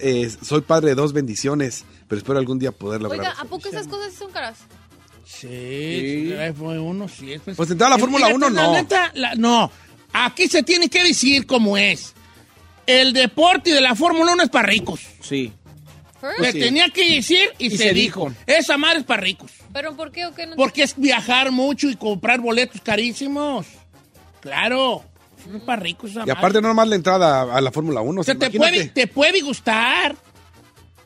[SPEAKER 5] eh, soy padre de dos bendiciones. Pero espero algún día poder lograr.
[SPEAKER 3] Oiga,
[SPEAKER 5] eso.
[SPEAKER 3] ¿a poco esas cosas sí son caras?
[SPEAKER 1] Sí, eh, fue uno, sí. es
[SPEAKER 5] Pues entrar a la Fórmula
[SPEAKER 1] Fíjate,
[SPEAKER 5] 1
[SPEAKER 1] la
[SPEAKER 5] no.
[SPEAKER 1] neta, la- no, aquí se tiene que decir cómo es. El deporte de la Fórmula 1 es para ricos.
[SPEAKER 2] Sí.
[SPEAKER 3] ¿First?
[SPEAKER 5] Pues
[SPEAKER 1] Se tenía que decir y, se,
[SPEAKER 2] se
[SPEAKER 1] dijo.
[SPEAKER 2] dijo.
[SPEAKER 1] Esa madre es para ricos.
[SPEAKER 3] ¿Pero por qué o qué no?
[SPEAKER 1] Porque es viajar mucho y comprar boletos carísimos. Claro. Es para ricos esa
[SPEAKER 5] Y aparte, no nomás la entrada a- a la Fórmula 1.
[SPEAKER 1] o sea, te puede, te puede gustar,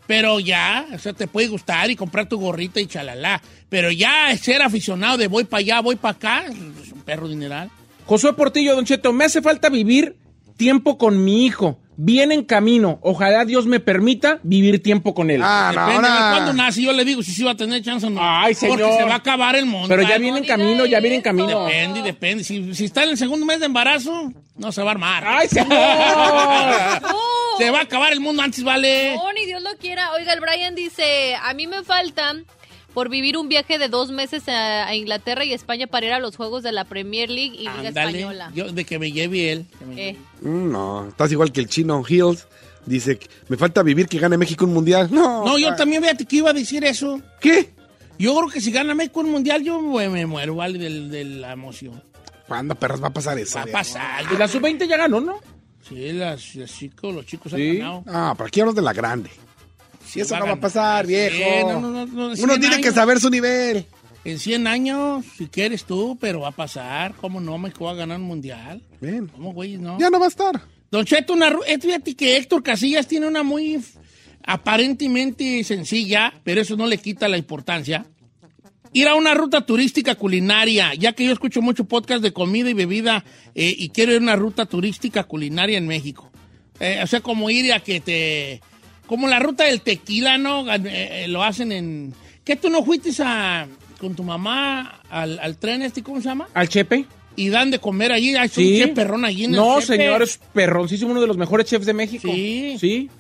[SPEAKER 1] pero ya, o sea, te puede gustar y comprar tu gorrita y chalalá. Pero ya ser aficionado de voy para allá, voy para acá, es un perro dineral.
[SPEAKER 2] Josué Portillo, Don Cheto, me hace falta vivir tiempo con mi hijo. Viene en camino. Ojalá Dios me permita vivir tiempo con él.
[SPEAKER 1] Ah, no, Depende de cuándo nace, yo le digo si sí va a tener chance o no.
[SPEAKER 2] Ay, señor.
[SPEAKER 1] Porque se va a acabar el mundo.
[SPEAKER 2] Pero ya viene en camino, ya viene en camino.
[SPEAKER 1] Depende, depende. Si, si está en el segundo mes de embarazo, no se va a armar.
[SPEAKER 2] ¡Ay, señor!
[SPEAKER 1] se va a acabar el mundo antes, vale.
[SPEAKER 3] Oh, ni Dios lo quiera. Oiga, el Brian dice, a mí me faltan por vivir un viaje de dos meses a, a Inglaterra y España para ir a los juegos de la Premier League y Liga
[SPEAKER 1] Ándale.
[SPEAKER 3] Española.
[SPEAKER 1] Yo, de que me lleve él. que me
[SPEAKER 3] Eh,
[SPEAKER 5] Mm, No, estás igual que el chino Hills. Dice, me falta vivir que gane México un mundial. No,
[SPEAKER 1] No, yo también fíjate que iba a decir eso.
[SPEAKER 5] ¿Qué?
[SPEAKER 1] Yo creo que si gana México un mundial, yo me, me muero, vale, del- de, la emoción.
[SPEAKER 5] ¿Cuándo, perras, va a pasar eso?
[SPEAKER 1] Va a pasar.
[SPEAKER 2] Y la sub-20 ya ganó, ¿no?
[SPEAKER 1] Sí, las, las chicos, los chicos
[SPEAKER 2] Sí.
[SPEAKER 1] han ganado.
[SPEAKER 5] Ah, pero aquí hablas de la grande. Si eso
[SPEAKER 1] va
[SPEAKER 5] no
[SPEAKER 1] a
[SPEAKER 5] va a
[SPEAKER 1] ganar.
[SPEAKER 5] pasar, viejo.
[SPEAKER 1] Sí, no, no, no, no, en
[SPEAKER 5] Uno
[SPEAKER 1] 100
[SPEAKER 5] tiene que
[SPEAKER 1] años.
[SPEAKER 5] saber su nivel.
[SPEAKER 1] En 100 años, si quieres tú, pero va a pasar. ¿Cómo no México va a ganar un mundial?
[SPEAKER 5] Bien.
[SPEAKER 1] ¿Cómo, güey? No.
[SPEAKER 5] Ya no va a estar.
[SPEAKER 1] Don Cheto, una, ru- eh, fíjate que Héctor Casillas tiene una muy f- aparentemente sencilla, pero eso no le quita la importancia. Ir a una ruta turística culinaria, ya que yo escucho mucho podcast de comida y bebida eh, y quiero ir a una ruta turística culinaria en México. Eh, o sea, como ir a que te... Como la ruta del tequila, ¿no? Eh, eh, lo hacen en... ¿Qué tú no fuiste a, con tu mamá al, al tren este, ¿cómo se llama?
[SPEAKER 2] Al Chepe.
[SPEAKER 1] Y dan de comer allí, hay
[SPEAKER 2] Sí.
[SPEAKER 1] un perrón allí en el
[SPEAKER 2] No,
[SPEAKER 1] Chepe.
[SPEAKER 2] señor, es perroncísimo, uno de los mejores chefs de México.
[SPEAKER 1] Sí.
[SPEAKER 2] Sí,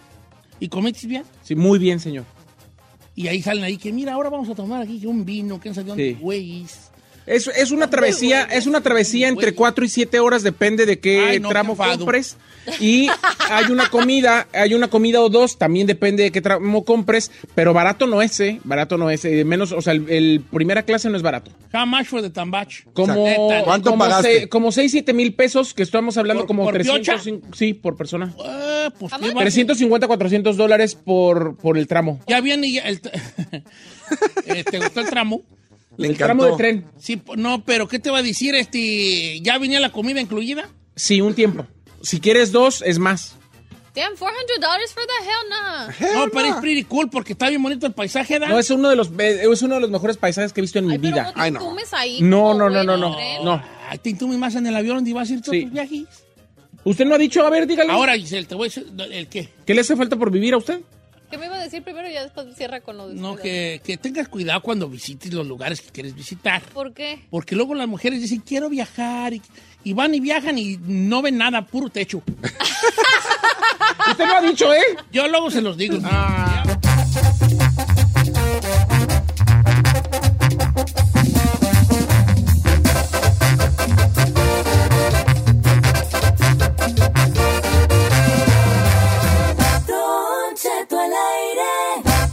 [SPEAKER 1] ¿Y comiste bien?
[SPEAKER 2] sí, muy bien, señor.
[SPEAKER 1] Y ahí salen ahí que, mira, ahora vamos a tomar aquí un vino, quién sabe dónde,
[SPEAKER 2] Sí.
[SPEAKER 1] güeyes.
[SPEAKER 2] Es, es una travesía, es una travesía entre 4 y 7 horas, depende de qué
[SPEAKER 1] Ay, no,
[SPEAKER 2] tramo
[SPEAKER 1] qué enfado.
[SPEAKER 2] compres. Y hay una comida, hay una comida o dos, también depende de qué tramo compres, pero barato no es, ¿eh? Barato no es, eh, menos, o sea, el, el primera clase no es barato.
[SPEAKER 1] How much for the tambach?
[SPEAKER 2] Como,
[SPEAKER 1] Neta,
[SPEAKER 5] ¿cuánto
[SPEAKER 2] como
[SPEAKER 5] pagaste?
[SPEAKER 2] se- como 6, 7 mil pesos, que estamos hablando
[SPEAKER 1] ¿Por-
[SPEAKER 2] como
[SPEAKER 1] por
[SPEAKER 2] 300,
[SPEAKER 1] piocha?
[SPEAKER 2] sí, por persona.
[SPEAKER 1] Ah, pues, ¿qué va?
[SPEAKER 2] 350, 400 dólares por, por el tramo.
[SPEAKER 1] Ya viene ya el... Eh, ¿Te gustó el tramo?
[SPEAKER 5] Le
[SPEAKER 2] el tramo
[SPEAKER 5] encantó.
[SPEAKER 2] de tren.
[SPEAKER 1] Sí, po- no, pero ¿qué te va a decir este? ¿Ya venía la comida incluida?
[SPEAKER 2] Sí, un tiempo. Si quieres dos, es más.
[SPEAKER 3] damn, $400 for the hell nah.
[SPEAKER 1] no, pero es pretty cool porque está bien bonito el paisaje, ¿da?
[SPEAKER 2] No, es uno de los, eh, es uno de los mejores paisajes que he visto en mi
[SPEAKER 3] Ay, pero
[SPEAKER 2] vida.
[SPEAKER 3] no te
[SPEAKER 5] Ay, no.
[SPEAKER 3] tumes ahí.
[SPEAKER 2] No,
[SPEAKER 3] como ¿eh?
[SPEAKER 2] no,
[SPEAKER 3] güey
[SPEAKER 2] no, no,
[SPEAKER 3] en el
[SPEAKER 2] no.
[SPEAKER 3] tren.
[SPEAKER 2] No.
[SPEAKER 1] Ay, te intumes más en el avión donde vas a ir todos
[SPEAKER 2] Sí.
[SPEAKER 1] tus viajes.
[SPEAKER 2] ¿Usted no ha dicho? A ver, dígale.
[SPEAKER 1] Ahora, Giselle, te voy a decir, ¿el qué?
[SPEAKER 2] ¿Qué le hace falta por vivir a usted?
[SPEAKER 3] ¿Qué me iba a decir primero y ya después cierra con lo de
[SPEAKER 1] No,
[SPEAKER 3] ustedes?
[SPEAKER 1] que, que tengas cuidado cuando visites los lugares que quieres visitar.
[SPEAKER 3] ¿Por qué?
[SPEAKER 1] Porque luego las mujeres dicen, quiero viajar. Y, y van y viajan y no ven nada, puro techo.
[SPEAKER 2] Usted no ha dicho, ¿eh?
[SPEAKER 1] Yo luego se los digo.
[SPEAKER 7] Don Cheto al aire.